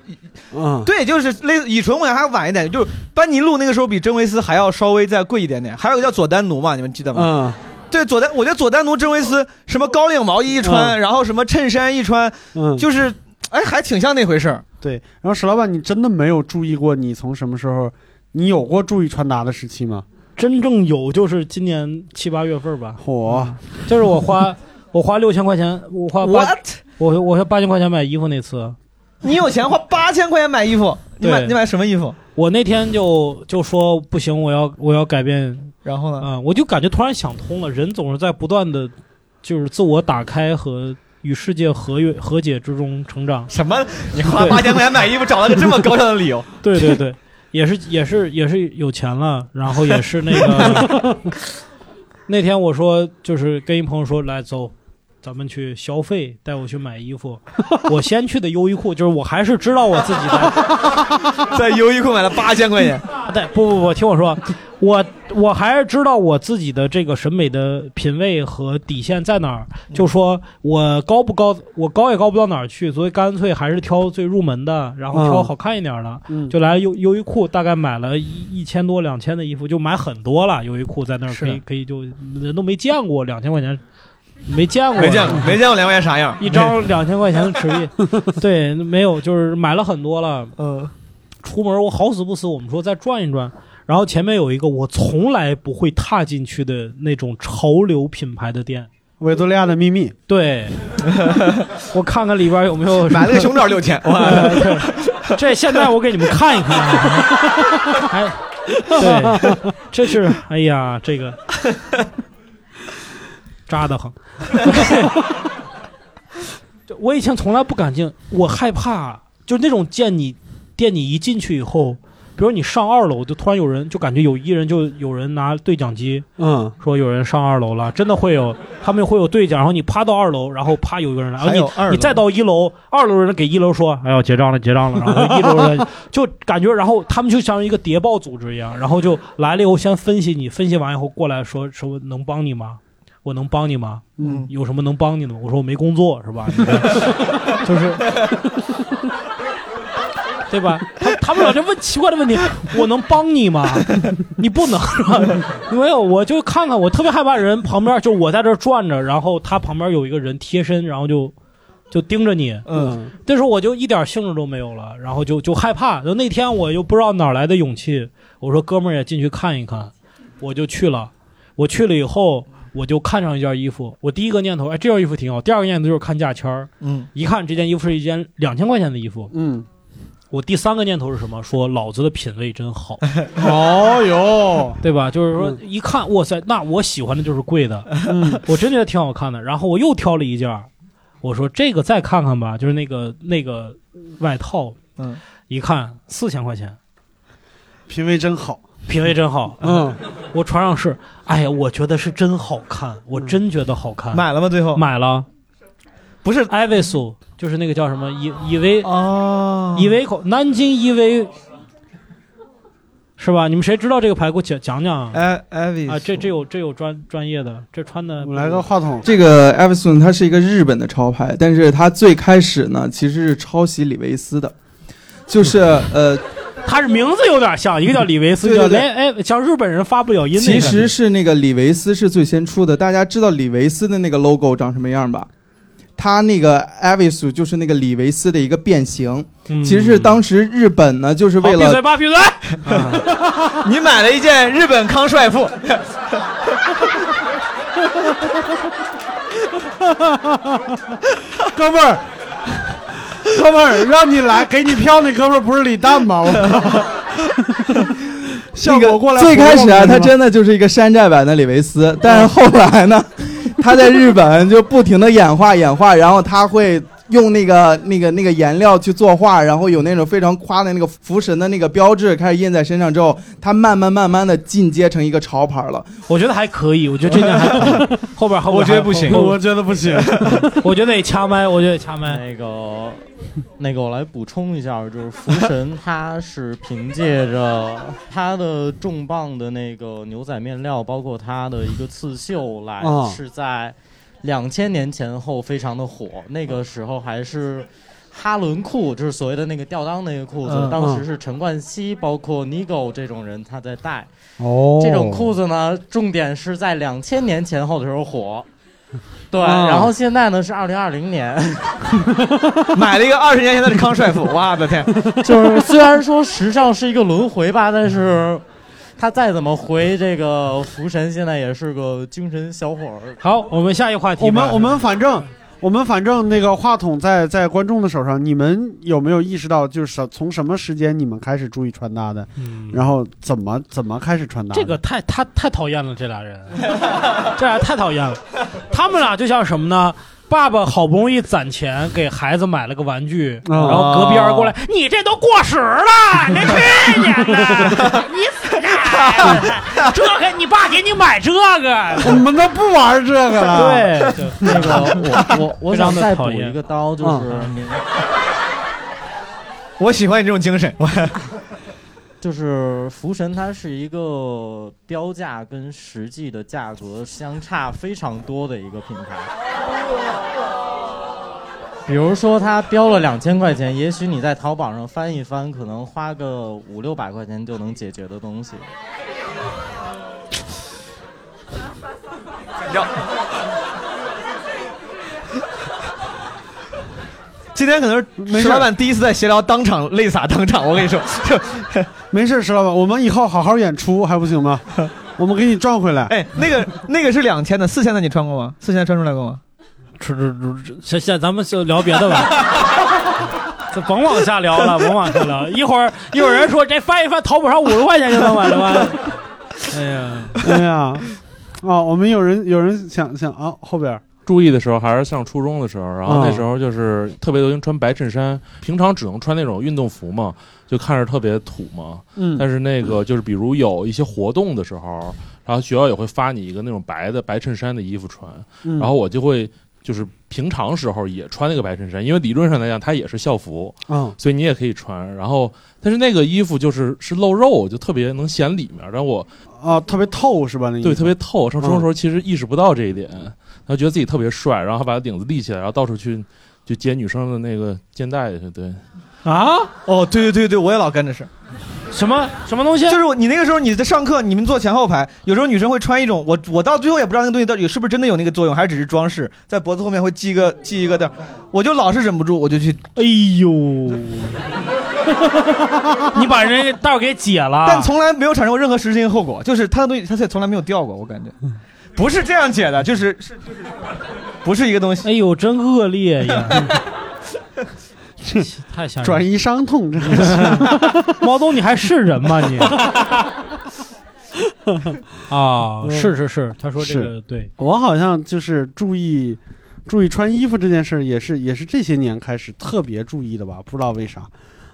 B: 嗯
C: 对，就是类似乙醇，我想还晚一点，就是班尼路那个时候比真维斯还要稍微再贵一点点，还有个叫佐丹奴嘛，你们记得吗？
A: 嗯
C: 对，佐丹，我觉得佐丹奴、真维斯什么高领毛衣一
B: 嗯
C: 穿，然后什么衬衫一穿，
A: 嗯，
C: 就是哎，还挺像那回事儿。
A: 对。然后石老板，你真的没有注意过你从什么时候，你有过注意穿搭的时期吗？
B: 真正有就是今年七八月份吧，
A: 嚯， [LAUGHS]
B: 就是我
C: [LAUGHS]
B: 花我花六千块钱，我花八
C: What？
B: 我我花八千块钱买衣服那次，
C: 你有钱花八千块钱买衣服，你买
B: 对
C: 你买什么衣服？
B: 我那天就就说不行，我要我要改变
C: 然后呢？
B: 啊、我就感觉突然想通了，人总是在不断的就是自我打开和与世界和约和解之中成长。
C: 什么？你花
B: 对
C: 八千块钱买衣服，找了个这么高尚的理由？
B: [LAUGHS] 对对对，也是也是也是有钱了，然后也是那个那天我说就是跟一朋友说来走。咱们去消费，带我去买衣服。我先去的优衣库，就是我还是知道我自己的
C: [LAUGHS] 在优衣库买了八千块钱，
B: [LAUGHS] 对，不不不，听我说，我我还是知道我自己的这个审美的品味和底线在哪儿。
C: 嗯
B: 就说我高不高，我高也高不到哪儿去，所以干脆还是挑最入门的，然后挑
A: 嗯
B: 好看一点的。
A: 嗯
B: 就来优优衣库，大概买了一一千多、两千的衣服，就买很多了。优衣库在那儿可以
C: 是
B: 可以就人都没见过，两千块钱没见过，
C: 没见过，没见过两块钱啥样，
B: 一
C: [LAUGHS]
B: 张两千块钱的纸币，对，没有，就是买了很多了。
C: 嗯，
B: 出门我好死不死，我们说再转一转，然后前面有一个我从来不会踏进去的那种潮流品牌的店，
A: 维多利亚的秘密，
B: 对， [LAUGHS] 我看看里边有没有
C: 哦买了个熊掌六千，哇，
B: 呃 [LAUGHS] 对这现在我给你们看一看啊，
C: [LAUGHS]
B: 哎，对，这是哎呀，这 [LAUGHS] 个渣的很。这我以前从来不敢进，我害怕，就那种见你店你一进去以后，比如你上二楼，就突然有人就感觉有一人就有人拿对讲机
A: 嗯，
B: 说有人上二楼了，真的会有，他们会有对讲，然后你趴到二楼，然后啪有一个人来，然后
C: 还有
B: 你
C: 二楼
B: 你再到一楼，二楼人给一楼说，哎呦结账了结账了，然后一楼人就感觉，然后他们就像一个谍报组织一样，然后就来了以后先分析你，分析完以后过来说说能帮你吗？我能帮你吗？
A: 嗯，
B: 有什么能帮你的吗？我说我没工作是吧？你这 [LAUGHS] 就是。对吧？他他们老是问奇怪的问题，我能帮你吗？你不能是吧？ [LAUGHS] 没有，我就看看，我特别害怕人旁边，就是我在这儿转着，然后他旁边有一个人贴身，然后就就盯着你。
A: 嗯，
B: 那时候我就一点兴致都没有了，然后就就害怕。就那天我又不知道哪儿来的勇气，我说哥们儿也进去看一看，我就去了。我去了以后，我就看上一件衣服。我第一个念头，哎，这件衣服挺好。第二个念头就是看价签儿，
C: 嗯，
B: 一看这件衣服是一件两千块钱的衣服。
A: 嗯，
B: 我第三个念头是什么？说老子的品味真好，
A: [LAUGHS] 哦哟，
B: 对吧？就是说
A: 嗯
B: 一看，哇塞，那我喜欢的就是贵的，
A: 嗯
B: 我真觉得挺好看的。然后我又挑了一件儿，我说这个再看看吧，就是那个那个外套，
C: 嗯，
B: 一看四千块钱，
A: 品味真好，
B: 品味真好。
A: 嗯，
B: 我穿上是，哎呀，我觉得是真好看，我真觉得好看，
C: 买了吗？最后
B: 买了
C: 不是
B: i v i s u 就是那个叫什么 E，以以为
C: 哦
B: 以 E 为口南京以为是吧？你们谁知道这个牌？给我讲讲讲啊！
C: 艾艾维
B: 啊，这这有这有专专业的，这穿的
A: 哎我们来个话筒，
H: 这个 e v e r s o n 它是一个日本的潮牌，但是它最开始呢其实是抄袭李维斯的，就是呃，
B: [LAUGHS] 他是名字有点像，一个叫
H: [LAUGHS]
B: 李维斯，
H: 对对
B: 叫
H: 对
B: 连哎，像日本人发不了音那
H: 其
B: 个感觉。
H: 实是那个李维斯是最先出的。大家知道李维斯的那个 logo 长什么样吧？它那个 e v i s 就是那个李维斯的一个变形，
B: 嗯哦
H: 其实是当时日本呢，就是为
B: 好闭
H: 了
B: 嘴吧，闭嘴！
C: 啊你买了一件日本康帅傅，
A: 哥们儿，哥们儿，让你来给你票那哥们儿不是李诞吗？我靠， [LAUGHS] 效果过来
H: 最开始啊，
A: 活动
H: 它
A: 是吗
H: 真的就是一个山寨版的李维斯，但是后来呢， [LAUGHS] 它在日本就不停的演化演化，然后它会。用那个、那个、那个颜料去作画，然后有那种非常夸的那个福神的那个标志，开始印在身上之后，它慢慢慢慢的进阶成一个潮牌了。
B: 我觉得还可以，我觉得这件还可以后边后边还
C: 我觉得不行
B: 后
A: 我觉得不行，
B: 我觉得得掐麦，我觉得得掐麦。
I: 那个，那个，我来补充一下，就是福神，它是凭借着 [LAUGHS] 它的重磅的那个牛仔面料，包括它的一个刺绣来
A: 哦，
I: 是在两千年前后非常的火。那个时候还是哈伦裤，就是所谓的那个吊裆那个裤子
A: 嗯，
I: 当时是陈冠希，包括 Nigo 这种人他在带。
A: 哦
I: 这种裤子呢，重点是在两千年前后的时候火。对，
A: 啊
I: 然后现在呢是二零二零
A: [LAUGHS]
I: 年，
C: [LAUGHS] 买了一个二十年前的康帅傅，我的天， [LAUGHS]
I: 就是虽然说时尚是一个轮回吧，但是他再怎么回这个福神，现在也是个精神小伙儿。
B: 好，我们下一个话题
A: 我
B: 吧。
A: 们我们反正我们反正那个话筒在在观众的手上，你们有没有意识到，就是什从什么时间你们开始注意穿搭的，
B: 嗯
A: 然后怎么怎么开始穿搭的？
B: [LAUGHS] 这个太他太讨厌了，这俩人，这俩太讨厌了。他们俩就像什么呢？爸爸好不容易攒钱给孩子买了个玩具，
A: 哦
B: [LAUGHS] 然后隔壁
J: [LAUGHS]
B: 儿过来，你这都过时了，你这去年的，你死蛋！这个你爸给你买这 [LAUGHS] 个，
A: 我们都不玩这个了。，
B: 对，就
I: 那 [LAUGHS] 个我
B: [LAUGHS]
I: 我我
B: 非常
I: 想
B: 地
I: 再
B: 讨
I: 补
B: 厌
I: 一个刀，就是
A: 嗯
I: 你
C: 我喜欢你这种精神，我
I: 就是福神，它是一个标价跟实际的价格相差非常多的一个品牌。比如说，它标了两千块钱，也许你在淘宝上翻一翻，可能花个五六百块钱就能解决的东西。
C: 聊。今天可能是石老板第一次在闲聊当场泪洒当场，我跟你
A: [LAUGHS]
C: 说，就
A: [LAUGHS] 没事，石老板，我们以后好好演出还不行吗？我们给你赚回来。
C: 哎，那个那个是两千的，四千的你穿过吗？四千的穿出来过吗？
B: 这这这，现现咱们就聊别的 [LAUGHS] 吧。这甭往下聊了，甭往下聊。一会儿一会儿人说这翻一翻，淘宝上五十块钱就能买了吗？ [LAUGHS] 哎呀，
A: 哎呀，哦，我们有人有人想想啊，后边儿
K: 注意的时候还是上初中的时候，
A: 嗯
K: 然后那时候就是特别流行穿白衬衫，平常只能穿那种运动服嘛，就看着特别土嘛。
A: 嗯
K: 但是那个就是比如有一些活动的时候，然后学校也会发你一个那种白的白衬衫的衣服穿，
A: 嗯
K: 然后我就会就是平常时候也穿那个白衬衫，因为理论上来讲它也是校服，
A: 嗯
K: 所以你也可以穿。然后但是那个衣服就是是露肉，就特别能显里面，但我
A: 啊，特别透是吧？那
K: 对，特别
A: 透。
K: 透。上初中的时候其实意识不到这一点，然后觉得自己特别帅，然后还把领子立起来，然后到处去就解女生的那个肩带去。对，
B: 啊，
C: 哦，对对对对，我也老干这事儿。
B: 什么什么东西？
C: 就是我你那个时候你在上课，你们坐前后排，有时候女生会穿一种，我我到最后也不知道那个东西到底是不是真的有那个作用，还是只是装饰，在脖子后面会系一个系一个带儿，我就老是忍不住，我就去，
B: 哎呦， [LAUGHS] 你把人家道给解了，
C: 但从来没有产生过任何实质性后果，就是它的东西，它也从来没有掉过，我感觉，不是这样解的，就是是就是，不是一个东西。
B: 哎呦，真恶劣呀！ [LAUGHS] 太吓人了！
A: 转移伤痛，这是
B: [LAUGHS] 毛东，你还是人吗
A: [LAUGHS]
B: 你？
A: 嗯
B: 啊，是是是，他说这个对，
A: 我好像就是注意注意穿衣服这件事儿，也是也是这些年开始特别注意的吧，不知道为啥。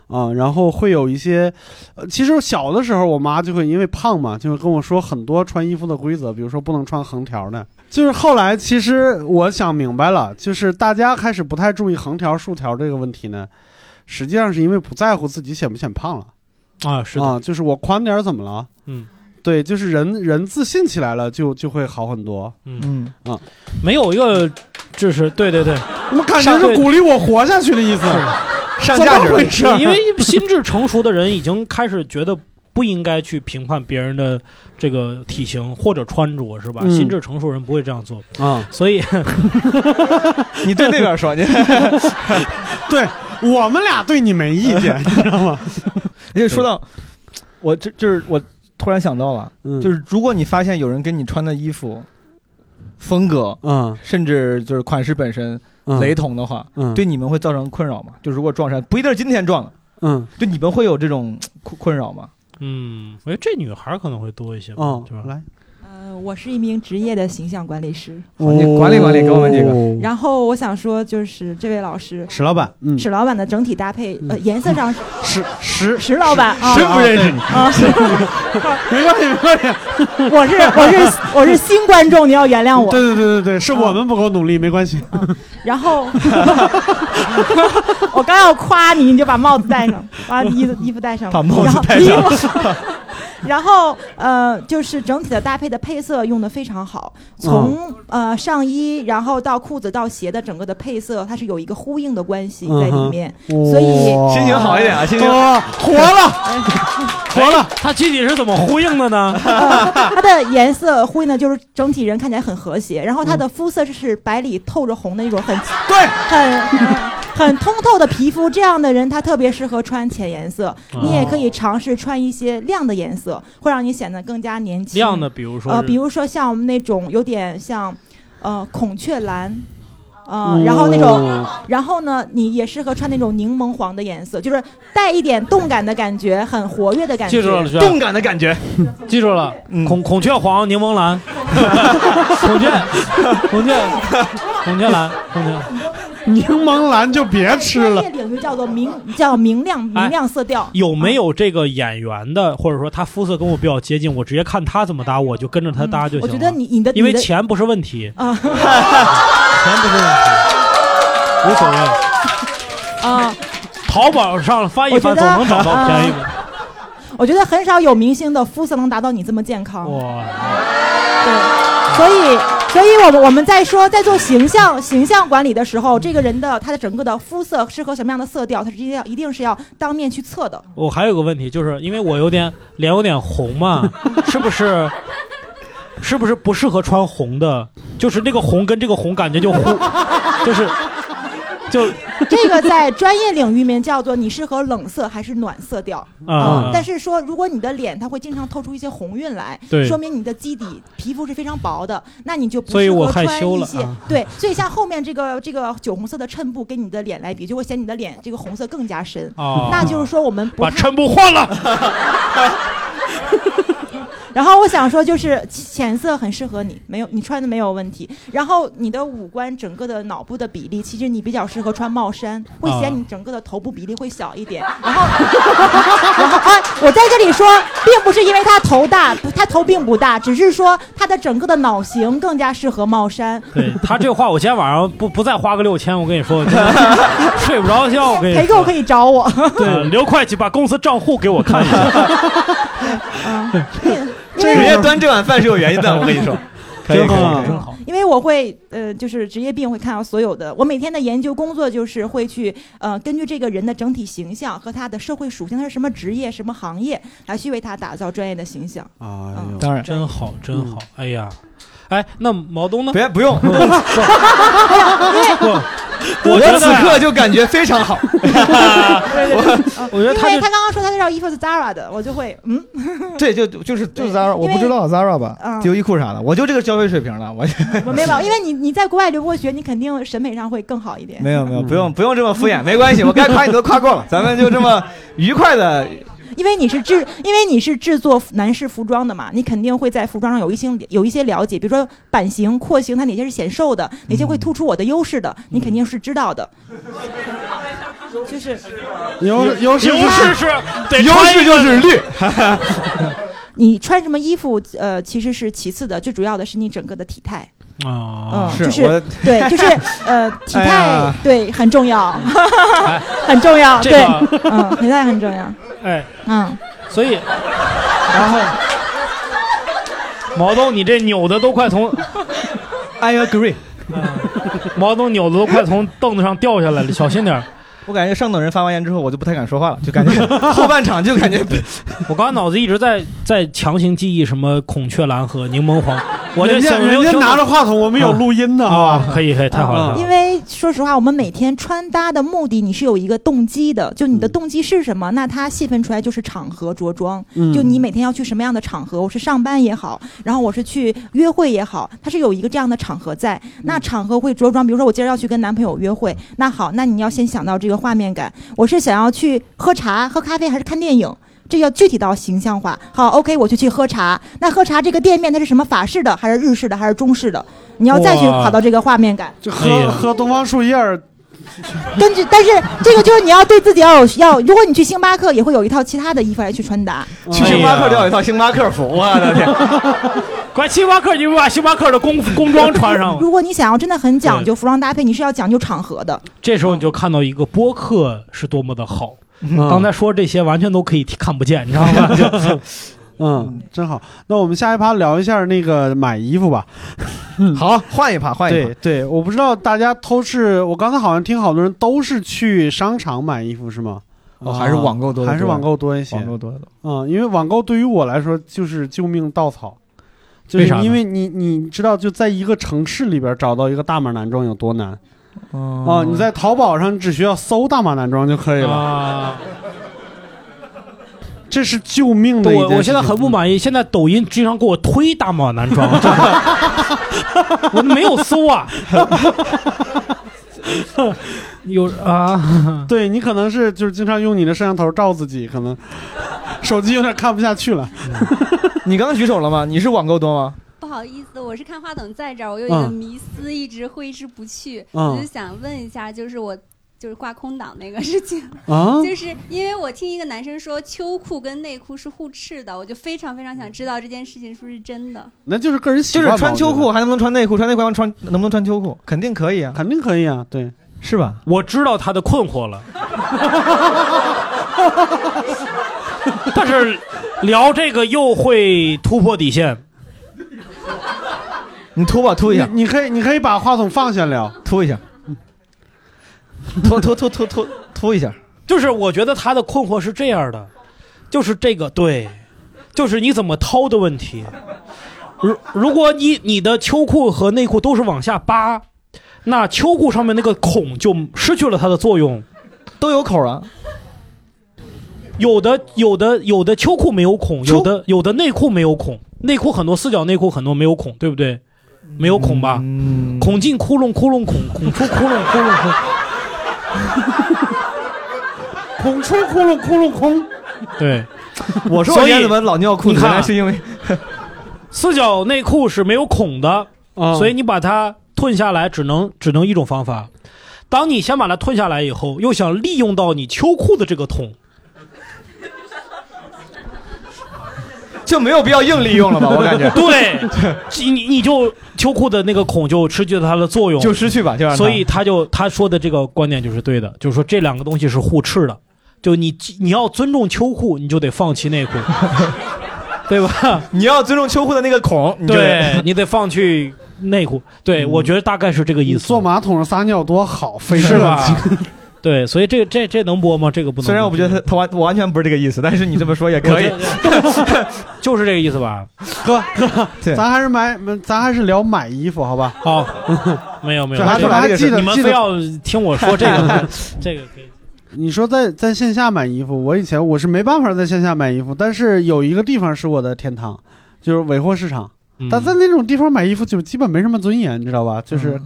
A: 啊、然后会有一些，呃，其实小的时候，我妈就会因为胖嘛，就会跟我说很多穿衣服的规则，比如说不能穿横条的。就是后来，其实我想明白了，就是大家开始不太注意横条、竖条这个问题呢，实际上是因为不在乎自己显不显胖了。
B: 啊，是的，
A: 啊，就是我宽点儿怎么了？
B: 嗯，
A: 对，就是人人自信起来了就，就会好很多。啊
C: 嗯，
B: 没有一个，就是对对对，
A: [LAUGHS] 我们感觉
B: 上
A: 是
B: 对
A: 鼓励我
J: [LAUGHS]
A: 活下去的意思， [LAUGHS]
C: 上
A: 怎
C: 价值
A: 么回事？ [LAUGHS]
B: 因为心智成熟的人已经开始觉得不应该去评判别人的这个体型或者穿着，是吧？
A: 嗯
B: 心智成熟人不会这样做，
A: 啊，
B: 所
A: [LAUGHS]
B: 以 [LAUGHS]
C: 你对那边说，你
A: 对我们俩对你没意
C: [LAUGHS]
A: 见，你知道吗？
C: 而且说到，我这就是我突然想到了，
A: 嗯，
C: 就是如果你发现有人跟你穿的衣服风格，
A: 嗯
C: 甚至就是款式本身
A: 嗯
C: 雷同的话，
A: 嗯
C: 对你们会造成困扰吗？就如果撞衫，不一定是今天撞的，
A: 嗯
C: 就你们会有这种困困扰吗？
B: 嗯，我觉得这女孩可能会多一些吧，
A: 哦
B: 对吧，？
A: 来，
J: 呃，我是一名职业的形象管理师，
C: 哦
B: 哦
C: 你管理管理给我们几个
A: 个
J: 然后我想说，就是这位老师，
A: 史老板，嗯，
J: 史老板的整体搭配，
B: 嗯
J: 呃，颜色
B: [LAUGHS]
J: 上，
A: 史史
J: 史老板啊，
A: 谁不认识你？
J: 啊，
A: [LAUGHS] 没关系，没关系。
J: 我是我是我是新观众，你要原谅我啊
A: 对。对对对对，是我们不够努力，没关系。
J: 然后 [LAUGHS] 我刚要夸你，你就把帽子戴上，把衣
C: [LAUGHS]
J: 服衣服戴上，
C: 把帽子戴上
J: 然后。衣服 [LAUGHS] 然后，呃，就是整体的搭配的配色用的非常好，从、
C: 嗯
J: 呃上衣，然后到裤子到鞋的整个的配色，它是有一个呼应的关系
C: 嗯
J: 在里面。所以
A: 嗯哇
C: 心情好一点啊，心情
A: 哇活了，
B: 活 [LAUGHS] 了，她具体是怎么呼应的呢？
J: [LAUGHS] 它的颜色呼应的就是整体人看起来很和谐，然后它的肤色是白里透着红的那种很
C: 对，
J: 很呃 [LAUGHS] 很通透的皮肤，这样的人他特别适合穿浅颜色。
B: 嗯
J: 你也可以尝试穿一些亮的颜色，会让你显得更加年轻。
B: 亮的，比如说
J: 呃，
B: 是
J: 比如说像我们那种有点像呃孔雀蓝，呃，
A: 嗯
J: 然后那种，然后呢，你也适合穿那种柠檬黄的颜色，就是带一点动感的感觉，很活跃的感觉。
B: 记住了，是吧
C: 动感的感觉。
B: 记住了，
C: 嗯
B: 孔孔雀黄、柠
A: [LAUGHS]
B: 檬蓝，孔雀，孔雀，孔雀蓝，孔雀。
A: 柠檬蓝就别吃
J: 专
A: 了
J: 业。领域叫做明叫明亮
B: 哎
J: 明亮色调。
B: 有没有这个演员的，或者说他肤色跟我比较接近，我直接看他怎么搭，我就跟着他搭就行
J: 我
B: 了。
J: 觉得你你的
B: 因为
J: 你的
B: 钱不是问题，
J: 啊
B: [LAUGHS] 钱不是问题，无所谓。
J: 啊，
B: 淘宝上翻一
J: 我觉
B: 翻，
J: 得啊
B: 总能找到便宜的。
J: 我觉得很少有明星的肤色能达到你这么健康。
B: 哇！
J: 对，所以，所以我们我们在说在做形象形象管理的时候，这个人的他的整个的肤色适合什么样的色调，他是一定要一定是要当面去测的。
B: 我还有个问题，就是因为我有点脸有点红
J: [LAUGHS]
B: 嘛，是不是？是不是不适合穿红的？就是那个红跟这个红感觉就互，就是就
J: [LAUGHS] 这个在专业领域里面叫做你适合冷色还是暖色调
B: 啊
J: 但是说，如果你的脸它会经常透出一些红晕来，
B: 对
J: 说明你的基底皮肤是非常薄的，那你就不
B: 所以
J: 适合
B: 我害
J: 穿
B: 羞
J: 一
B: 了
J: 些
B: 啊
J: 对，所以像后面这个这个酒红色的衬布跟你的脸来比，就会显你的脸这个红色更加深。
B: 哦
J: 那就是说我们不
B: 把
J: 太
B: 衬布换了。
J: 然后我想说，就是浅色很适合你，没有你穿的没有问题。然后你的五官整个的脑部的比例，其实你比较适合穿帽衫，会显你整个的头部比例会小一点。然后， [LAUGHS] 然后啊，我在这里说，并不是因为他头大，他头并不大，只是说他的整个的脑型更加适合帽衫。
B: 对他这话，我今天晚上不不再花个六千，我跟你说，我真的睡不着觉。我跟你
J: 陪
B: 说，
J: 购可以找我。
B: 对，刘会计把公司账户给我看一下。
C: [LAUGHS] 职业端这碗饭是有原因的，我跟你说。可以
B: 真好
C: 可以可以
B: 真
J: 因为我会呃，就是职业病会看到所有的。我每天的研究工作就是会去呃，根据这个人的整体形象和他的社会属性，他是什么职业、什么行业，来去为他打造专业的形象。 [LAUGHS]
C: 哎
A: 啊，
B: 当然，真好，真好。哎呀，哎，那毛东呢？
C: 嗯别不用，
B: [LAUGHS] 我
C: 我
B: 觉得
C: 此刻就感觉非 [LAUGHS]
J: [LAUGHS]
C: 常好。
B: 我觉得
J: 因
B: 他
J: 为
B: 是
J: 他刚刚说他是要衣服是 Zara 的，我就会嗯，
C: 这就就是就是 Zara，我不知道 Zara 吧，
J: 嗯
C: 优衣库啥的，我就这个消费水平了，我
J: 我没有，因为你你在国外留过学，你肯定审美上会更好一点。
C: 没有没有，不用不用这么敷衍，没关系，我该夸你都夸够了，咱们就这么愉快的。
J: 因为你是制，因为你是制作男士服装的嘛，你肯定会在服装上有一些有一些了解，比如说版型、廓形，它哪些是显瘦的，哪些会突出我的优势的，你肯定是知道的。就是
A: 优优势
B: 优势是得
C: 优
B: 穿一
C: 势
B: 个
C: 就是绿，
J: [LAUGHS] 你穿什么衣服，呃，其实是其次的，最主要的是你整个的体态。嗯，
B: 啊
J: 就是
C: 哦我
J: 是对，
C: [LAUGHS]
J: 就是呃，体
C: 哎
J: 态
C: 呀
J: 对很重要， [LAUGHS]
B: 哎
J: 很重要，
B: 这
J: 对，
B: 个
J: 嗯，体态很重要，
B: 哎，
J: 嗯，
B: 所以然后毛东，你这扭的都快从嗯
C: I agree。
B: 毛东扭的都快从凳子上掉下来了，小心点儿。
C: 我感觉上等人发完言之后，我就不太敢说话了，就感觉后半场就感觉
B: [LAUGHS] 我刚才脑子一直在在强行记忆什么孔雀蓝和柠檬黄，我就
A: 人家
B: 想没有
A: 人家
B: 听
A: 拿着话筒，我们有
B: 啊
A: 录音的
B: 啊，
A: 啊。
B: 可以可以，太好了。太
C: 嗯
B: 好了
J: 因为说实话，我们每天穿搭的目的，你是有一个动机的，就你
B: 嗯
J: 的动机是什么？那它细分出来就是场合着装，
A: 嗯
J: 就你每天要去什么样的场合？我是上班也好，然后我是去约会也好，它是有一个这样的场合在。
B: 嗯
J: 那场合会着装，比如说我今儿要去跟男朋友约会，那好，那你要先想到这个画面感，我是想要去喝茶、喝咖啡还是看电影？这要具体到形象化。好，OK，我就去喝茶。那喝茶这个店面它是什么法式的，还是日式的，还是中式的？你要再去
B: 哇
J: 考到这个画面感。
A: 就
B: 哎呀
A: 喝喝东方树叶儿
J: 根据，但是这个就是你要对自己要有要，如果你去星巴克，也会有一套其他的衣服来去穿搭。
C: [LAUGHS] 去星巴克都要有一套星巴克服，我的
B: [LAUGHS]
C: 天！
B: 关星巴克，你们把星巴克的工工装穿上了。
J: 如果你想要真的很讲究服装搭配，你是要讲究场合的。
B: 这时候你就看到一个播客是多么的好。刚才说这些完全都可以看不见，你知道吗？就
A: 嗯，真好。那我们下一趴聊一下那个买衣服吧。
C: 好，换一趴，换一趴
A: 对。对，我不知道大家都是，我刚才好像听好多人都是去商场买衣服是吗？啊
C: 哦还是网购多得多
A: 还是网购多一些。
C: 网购多的，
A: 嗯，因为网购对于我来说就是救命稻草，就
B: 为
A: 是
B: 啥呢
A: 因为你你知道，就在一个城市里边找到一个大码男装有多难
C: 哦
A: 啊！你在淘宝上只需要搜大码男装就可以了，
B: 啊，
A: 这是救命的一件事
B: 我
A: 情。
B: 我现在很不满意，现在抖音经常给我推大码男装，真的我没有搜啊，
A: [LAUGHS]
B: 有
C: [LAUGHS]
B: 啊，
A: 对你可能是就是经常用你的摄像头照自己，可能手机有点看不下去了。
C: 嗯你刚刚举手了吗？你是网购多吗？
L: 不好意思，我是看话筒在这儿，我有一个
A: 嗯
L: 迷思，一直挥之不去。
A: 嗯
L: 我就想问一下，就是我就是挂空档那个事情，
A: 啊
L: [LAUGHS] 就是因为我听一个男生说秋裤跟内裤是互斥的，我就非常非常想知道这件事情是不是真的。
A: 那就是个人习
C: 就
A: 惯
C: 是
A: 吧，
C: 穿秋
A: 我
C: 裤
A: 觉
C: 还能不能穿内裤？穿内裤还能穿能不能穿秋裤？肯定可以啊
A: 得，肯定可以啊，对，
C: 是吧？
B: 我知道他的困惑了， [LAUGHS] 但是聊这个又会突破底线。
C: [LAUGHS] 你突吧，突一下。
A: 你可以，你可以把话筒放下聊，
C: 突
A: [LAUGHS]
C: 一下，突突突突突突一下。
B: 就是我觉得他的困惑是这样的，就是这个对，就是你怎么掏的问题。如如果你你的秋裤和内裤都是往下扒，那秋裤上面那个孔就失去了它的作用。
C: 都有口啊。
B: 有的有的有的秋裤没有孔，有的有的内裤没有孔，内裤很多四角内裤很多没有孔，对不对？没有孔吧？
C: 嗯
B: 孔进窟窿，窟窿孔，孔出窟窿，窟窿孔，
A: 孔出窟窿，窟窿孔。
B: 对，
C: [LAUGHS] 我说
B: 所
C: 我今天
B: 以
C: 怎么老尿裤
B: 你
C: 子，
B: 看啊
C: 原来是因为
B: [LAUGHS] 四角内裤是没有孔的，
C: 啊
B: 所以你把它吞下来，只能只能一种方法。当你先把它吞下来以后，又想利用到你秋裤的这个桶，
C: [LAUGHS] 就没有必要硬利用了吧？我感觉
B: [LAUGHS] 对，你你就秋裤的那个孔就失去了它的作用，
C: 就失去吧就让它
B: 所以他就他说的这个观点就是对的，就是说这两个东西是互斥的，就你你要尊重秋裤，你就得放弃
C: [LAUGHS]
B: 内裤，对吧？
C: 你要尊重秋裤的那个孔，你就嗯
B: 对你得放弃内裤。对，我觉得大概是这个意思。
A: 坐马桶上撒尿多好，非
B: 是
A: 得
B: 吧？对，所以这这这能播吗？这个不能播。
C: 虽然我不觉得他他完我完全不是这个意思，但是你这么说也可以。 [LAUGHS]
A: [LAUGHS]
B: 就是这个意思吧？
A: 哥哥，
C: 对
A: 咱还是买，咱还是聊买衣服，好吧？ [LAUGHS]
B: 好，
A: 啊
B: 没有没有，
A: 这还
B: 这个
A: 还记得
B: 你们
A: 记得
B: 非要听我说这
C: [LAUGHS]
B: 个，这个可以。
A: 你说在在线下买衣服，我以前我是没办法在线下买衣服，但是有一个地方是我的天堂，就是尾货市场。但在那种地方买衣服就基本没什么尊严，你知道吧？就是，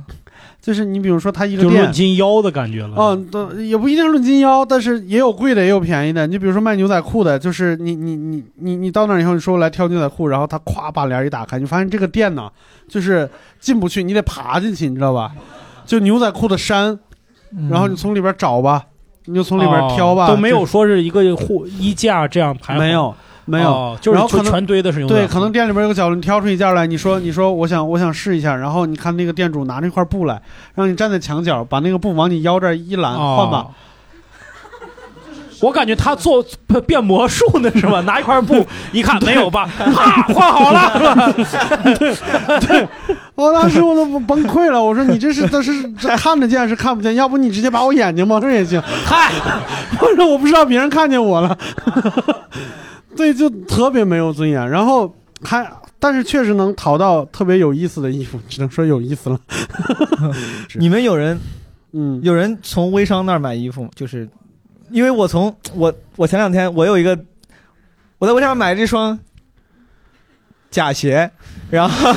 A: 就是你比如说他一个
B: 就
A: 店
B: 论，斤腰的感觉了。
A: 嗯，都也不一定论斤腰，但是也有贵的，也有便宜的。你比如说卖牛仔裤的，就是你你你你你到那儿以后，你说我来挑牛仔裤，然后他咵把帘儿一打开，你发现这个店呢，就是进不去，你得爬进去，你知道吧？就牛仔裤的山，然后你从里边找吧，你就从里边挑吧，
B: 嗯哦都没有
A: 就
B: 说是一个货衣架这样排好，
A: 没有没有，
B: 哦就是
A: 然后可
B: 就
A: 能
B: 全堆的是牛仔
A: 对，
B: 裤
A: 可能店里边有个角落，你挑出一件来，你说你说我想我想试一下，然后你看那个店主拿那块布来，让你站在墙角，把那个布往你腰这儿一揽，
B: 哦
A: 换吧。
B: [LAUGHS] 我感觉他做变魔术呢，是吧？拿一块布一看没有吧，啪换好了，
A: 我当
B: [LAUGHS]
A: 时哦我都崩溃了，我说你这是这是这看得见是看不见，要不你直接把我眼睛蒙上也行。
B: 嗨，
A: 我说我不知道别人看见我了， [LAUGHS] 对，就特别没有尊严。然后还但是确实能淘到特别有意思的衣服，只能说有意思了。 [LAUGHS]
C: 你们有人，
A: 嗯，
C: 有人从微商那儿买衣服吗，就是因为我从我我前两天我有一个，我在微商买了这双假鞋，然后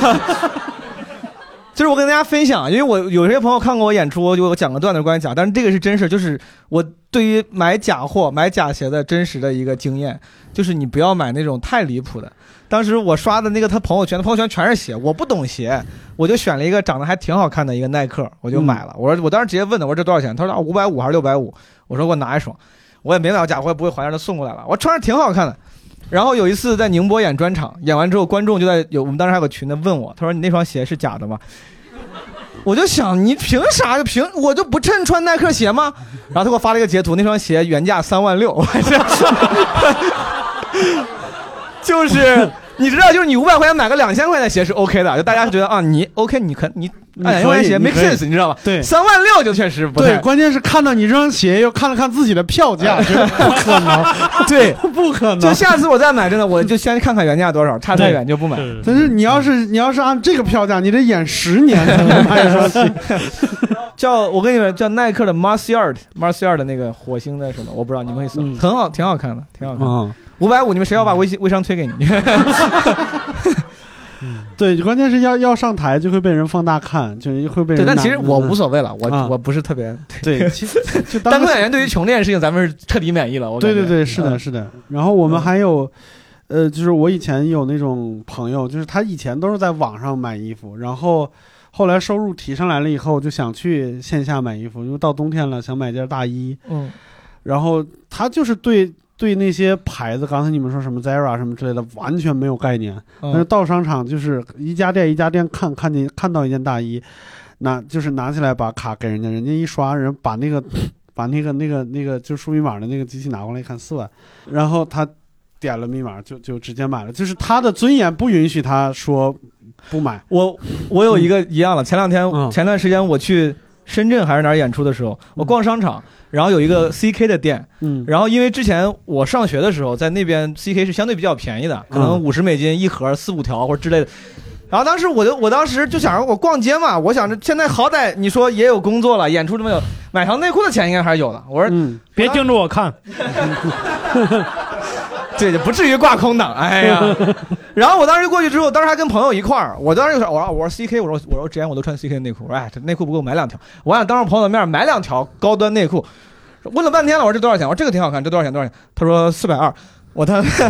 C: 就是我跟大家分享，因为我有些朋友看过我演出，我就我讲个段子关于假，但是这个是真事，就是我对于买假货、买假鞋的真实的一个经验，就是你不要买那种太离谱的。当时我刷的那个他朋友圈，他朋友圈全是鞋，我不懂鞋，我就选了一个长得还挺好看的一个耐克，我就买了。我说我当时直接问他，我说这多少钱？他说啊五百五还是六百五？我说给我拿一双，我也没买到假货，不会还，让他送过来了。我穿着挺好看的。然后有一次在宁波演专场，演完之后观众就在有我们当时还有个群的问我，他说你那双鞋是假的吗？ [LAUGHS] 我就想你凭啥就凭我就不趁穿耐克鞋吗？然后他给我发了一个截图，那双鞋原价三万六，我 [LAUGHS] 还是就是你知道，就是你五百块钱买个两千块钱的鞋是 OK 的，就大家觉得啊你 OK 你可你
A: 你
C: 两千
A: 可
C: 块钱
A: 以
C: 鞋
A: 你
C: make
A: 可以
C: sense 你知道吧？
A: 对
C: 三万六就确实不
A: 对
C: 太，
A: 关键是看到你这双鞋，又看了看自己的票
C: [LAUGHS]
A: 价，觉得不可能，
C: 对，
A: 不可能。
C: 就下次我再买，真的我就先看看原价多少，差太远就不买。 [LAUGHS]
A: 但是你要是你要是按这个票价，你得演十
C: 哎
A: 年才 [LAUGHS] 能买一双
C: [LAUGHS]
A: 鞋。 [LAUGHS]
C: 叫我跟你们叫耐克的 Marciard Marciard 的那个火星的什么，我不知道你们可以
A: 嗯
C: 搜，很好，挺好看的，挺好看的。五百五，你们谁要把微信微商推给你？
A: 对，关键是要要上台就会被人放大看，就是会被人
C: 对，
A: 拿。
C: [LAUGHS] 但其实我无所谓了，我
A: 啊
C: 我不是特别
A: 对，其
C: [LAUGHS]
A: 实就当
C: 当
A: 个
C: 个演员对于穷这件事情，咱们是彻底满意了。我
A: 对
C: 感觉
A: 对对，是的，
C: 嗯
A: 是的。然后我们还有，呃，就是我以前有那种朋友，就是他以前都是在网上买衣服，然后后来收入提上来了以后，就想去线下买衣服，因为到冬天了，想买件大衣。
C: 嗯，
A: 然后他就是对对那些牌子，刚才你们说什么 Zara 什么之类的，完全没有概念。
C: 嗯
A: 但是到商场就是一家店一家店看，看见看到一件大衣，拿就是拿起来把卡给人家，人家一刷，人 [COUGHS] 把那个把那个那个那个就输密码的那个机器拿过来一看四万，然后他点了密码就就直接买了，就是他的尊严不允许他说不买。
C: 我我有一个一样了，前两天、
A: 嗯
C: 前段时间我去深圳还是哪儿演出的时候，我逛商场，然后有一个 CK 的店，
A: 嗯
C: 然后因为之前我上学的时候，在那边 CK 是相对比较便宜的，可能
A: 嗯
C: 五十美金一盒，四五条或者之类的。然后当时我就，我当时就想着我逛街嘛，我想着现在好歹你说也有工作了，演出这么有，买条内裤的钱应该还是有的。我说，
A: 嗯
B: 别盯着我看，
C: [LAUGHS] 对，不至于挂空档。哎呀，然后我当时就过去之后，当时还跟朋友一块儿，我当时就说，我说我说 CK，我说我说之前我都穿 CK 的内裤，我说哎这内裤不够买两条，我想当着朋友的面买两条高端内裤，问了半天了，我说这多少钱？我说这个挺好看，这多少钱？多少钱？他说四百二。我当时，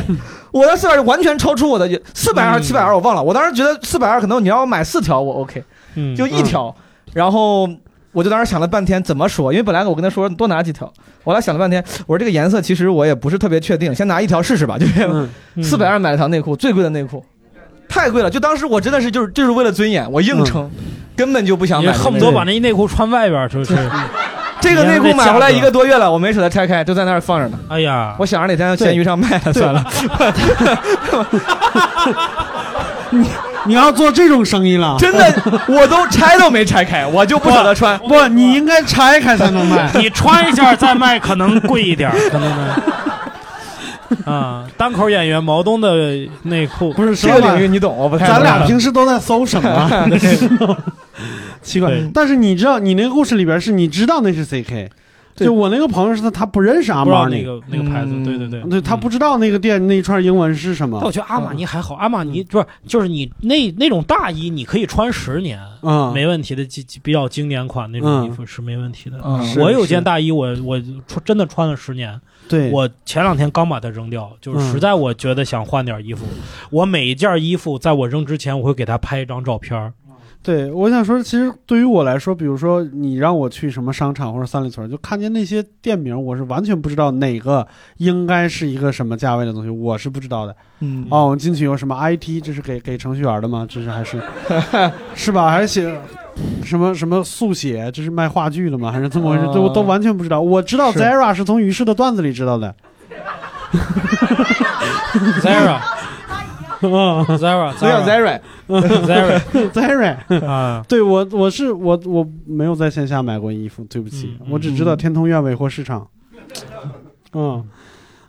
C: 我的四百二完全超出我的四百二七百二，我忘了。我当时觉得四百二可能你要买四条我 OK，
B: 嗯
C: 就一条。然后我就当时想了半天怎么说，因为本来我跟他说多拿几条，我来想了半天，我说这个颜色其实我也不是特别确定，先拿一条试试吧，就是
B: 嗯
C: 四百二买了条内裤，最贵的内裤，太贵了。就当时我真的是就是就是为了尊严，我硬撑，根本就不想
B: 也
C: 买，
B: 恨不得把。那内裤穿外边儿，就是
C: 这个内裤买回来一个多月了，我没舍得拆开，就在那儿放着呢。
B: 哎呀，。
C: 我想着哪天闲鱼上卖了算了。
A: [LAUGHS] 你要做这种生意了，
C: 真的，我都拆都没拆开，我就不舍得穿。
A: 不，你应该
C: [LAUGHS]
A: 拆开才能卖
B: 你穿一下再卖可能贵一点儿，可能
C: [LAUGHS]
B: 呢。啊，单口演员毛东的内裤
A: 不是
B: 这
A: 这个领域
C: 你懂，我不
A: 太咱
B: 啊
A: 俩平时都在搜什么
B: [LAUGHS]
A: 啊奇怪
B: 对。
A: 但是你知道，你那个故事里边是你知道那是 CK，
B: 对
A: 就我那个朋友是他，他不认识阿
B: 不知道
A: 玛
B: 那
A: 尼，
B: 个那个牌子，嗯对对对。
A: 嗯对他不知道那个店那一串英文是什么。
B: 但我觉得阿玛尼还
A: 嗯
B: 好，阿玛尼不是就是你那那种大衣，你可以穿十年，
A: 嗯
B: 没问题的，几几比较经典款那种衣服是没问题的
A: 嗯。是
B: 我有件大衣，我我穿真的穿了十年。
A: 对
B: 我前两天刚把它扔掉，就是
A: 嗯
B: 实在我觉得想换点衣服，我每一件衣服在我扔之前，我会给它拍一张照片儿。
A: 对，我想说，其实对于我来说，比如说你让我去什么商场或者三里屯，就看见那些店名，我是完全不知道哪个应该是一个什么价位的东西，我是不知道的。
C: 嗯
A: 哦，我进去有什么 IT，这是给给程序员的吗？这是还是是吧？还是写什么什么速写？这是卖话剧的吗？还是怎么回事？
C: 哦
A: 这我都完全不知道。我知道
C: 是
A: Zara 是从于适的段子里知道的。
B: Zara。Zara，
A: 没有 Zara
B: [LAUGHS] Zara，Zara，
A: [LAUGHS] Zara
B: 啊，
A: 对我我是我我没有在线下买过衣服，对不
B: 嗯
A: 起，我只知道天通苑尾货市场。嗯，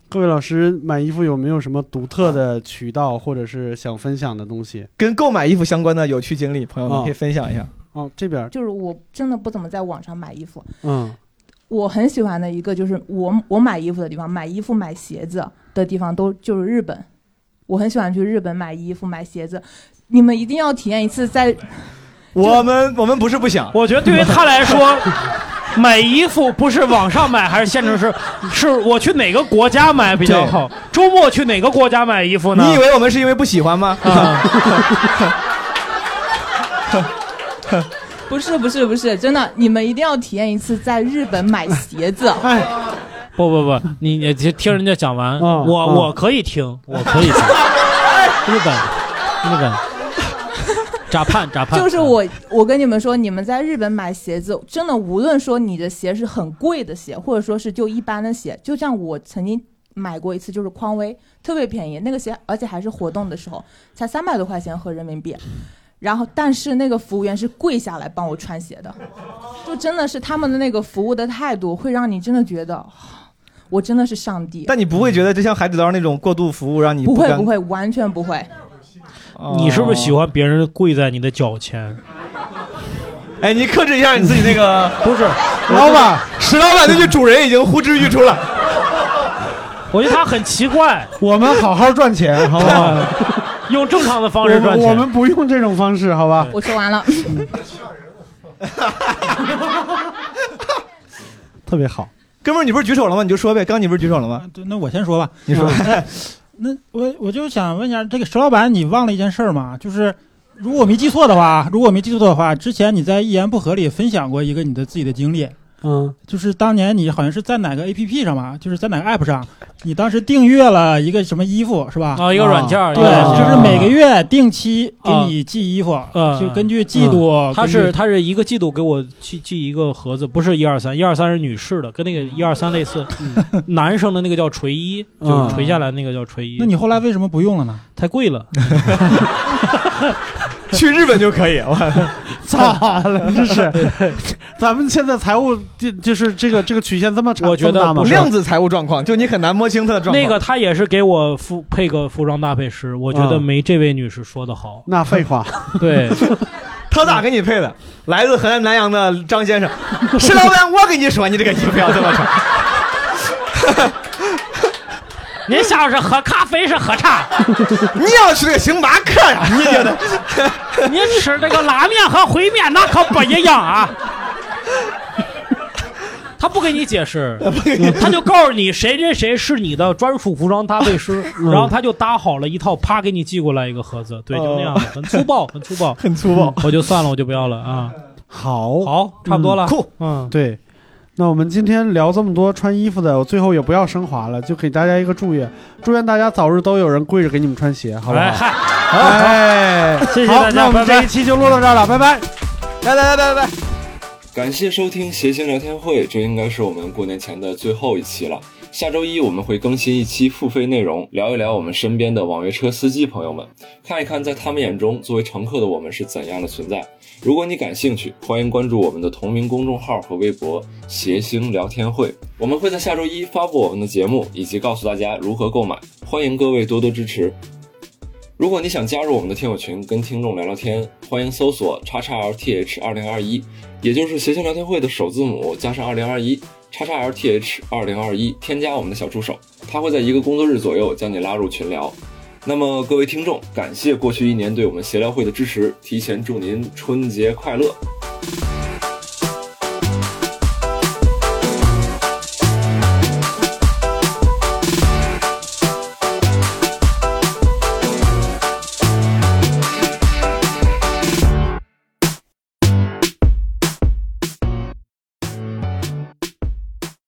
A: 各位老师买衣服有没有什么独特的渠道，或者是想分享的东西？
C: 跟购买衣服相关的有趣经历，朋友们
A: 哦
C: 可以分享一下。
A: 哦，这边
M: 就是我真的不怎么在网上买衣服，
A: 嗯
M: 我很喜欢的一个就是我我买衣服的地方，买衣服买鞋子的地方都就是日本，我很喜欢去日本买衣服买鞋子，你们一定要体验一次在。
C: 我们我们不是不想，
B: 我觉得对于他来说，买衣服不是网上买还是现成是，是我去哪个国家买比较好？周末去哪个国家买衣服呢？
C: [LAUGHS]
B: 啊
C: 你以为我们是因为不喜欢吗？
M: 不是不是不是，真的，你们一定要体验一次在日本买鞋子。
B: 嗯不不不，你你听听人家讲完，我
A: 嗯
B: 我可以听，我可以听。日本，日本，咋判咋 [LAUGHS] 判？
M: 就是我，我跟你们说，你们在日本买鞋子，真的无论说你的鞋是很贵的鞋，或者说是就一般的鞋，就像我曾经买过一次，就是匡威，特别便宜，那个鞋，而且还是活动的时候，才三百多块钱合人民币。然后，但是那个服务员是跪下来帮我穿鞋的，就真的是他们的那个服务的态度，会让你真的觉得，我真的是上帝。
C: [LAUGHS] 但你不会觉得就像海底捞那种过度服务让你
M: 不会
C: 甘
M: 不会，完全不会。
B: 你是不是
C: 哦
B: 喜欢别人跪在你的脚前？
C: [LAUGHS] 哎，你克制一下你自己那个。
B: 不是，
C: 老板，石老板那句“主人”已经呼之欲出了。
B: 我觉得他很奇怪，
A: 我们好好赚钱，好不好？
B: 用正常的 [LAUGHS] 方式
A: 我们
B: 赚钱。
A: 我们不用这种方式，好吧？
M: 我说完了。
A: 特别好。
C: 哥们儿，你不是举手了吗？你就说呗。刚你不是举手了吗？
F: 对，那我先说吧。
C: 你说。
F: 哎 [LAUGHS] 那我我就想问一下，这个石老板，你忘了一件事儿吗？就是如果我没记错的话，如果我没记错的话，之前你在一言不合里分享过一个你的自己的经历。
A: 嗯，
F: 就是当年你好像是在哪个 A P P 上吧，就是在哪个 App 上，你当时订阅了一个什么衣服是吧？
B: 啊一个软件儿
F: 对
B: 一个软，件
F: 就
B: 儿
F: 是每个月定期给
B: 啊
F: 你寄衣服，
B: 嗯
C: 啊
F: 就根据季度啊
B: 嗯。他
F: 根
B: 是
F: 据
B: 他是一个季度给我寄寄一个盒子，不是一二三，一二三是女士的，跟那个一二三类似。
C: 嗯
B: 男生的那个叫垂衣，就
C: 啊
F: 嗯
B: 是垂下来那个叫垂衣。
F: 那你后来为什么不用了呢？
B: 太贵了。
C: [LAUGHS]
B: [LAUGHS]
C: 去日本就可以。
A: 咋了？这是， [LAUGHS] 咱们现在财务就就是这个这个曲线这么长，这么大吗？
C: 量 [LAUGHS] 子财务状况，就你很难摸清他的状况。
B: 那个他也是给我服配个服装搭配师，我觉得
C: 嗯
B: 没这位女士说的好。
A: 那废话，
B: [LAUGHS] 对，
C: 他咋给你配的？来自河南南阳的张先生，石老板，我跟你说，你这个衣服要这么穿。
B: 您下午是喝咖啡是喝茶？
C: 你要去那个星巴克呀、你
B: [LAUGHS]
C: 觉得？
B: 你吃这个拉面和烩面那可不一样啊！他不给你解释，他就告诉你谁谁谁是你的专属服装搭配师，
A: 嗯
B: 然后他就搭好了一套，啪给你寄过来一个盒子，对，就那样的，很粗暴，很粗暴，嗯
C: 很粗暴，
B: 我就算了，我就不要了啊。
A: 好，
B: 好，差不多
A: 嗯
B: 了，
A: 酷，
B: 嗯，
A: 对。那我们今天聊这么多穿衣服的，我最后也不要升华了，就给大家一个祝愿，祝愿大家早日都有人跪着给你们穿鞋，好不好？
B: 哎嗨
A: 哎，
B: [LAUGHS] 谢谢
A: 好
B: 大家
A: 那我们
B: 拜拜
A: 这一期就录到这儿了，拜拜，
C: 拜拜拜拜拜。
D: 感谢收听谐星聊天会，这应该是我们过年前的最后一期了。下周一我们会更新一期付费内容，聊一聊我们身边的网约车司机朋友们，看一看在他们眼中作为乘客的我们是怎样的存在。如果你感兴趣，欢迎关注我们的同名公众号和微博“谐星聊天会”。我们会在下周一发布我们的节目，以及告诉大家如何购买。欢迎各位多多支持。如果你想加入我们的听友群，跟听众聊聊天，欢迎搜索叉叉 LTH 二零二一，也就是谐星聊天会的首字母加上二零二一，叉叉 LTH 二零二一，添加我们的小助手，他会在一个工作日左右将你拉入群聊。那么各位听众，感谢过去一年对我们闲聊会的支持，提前祝您春节快乐。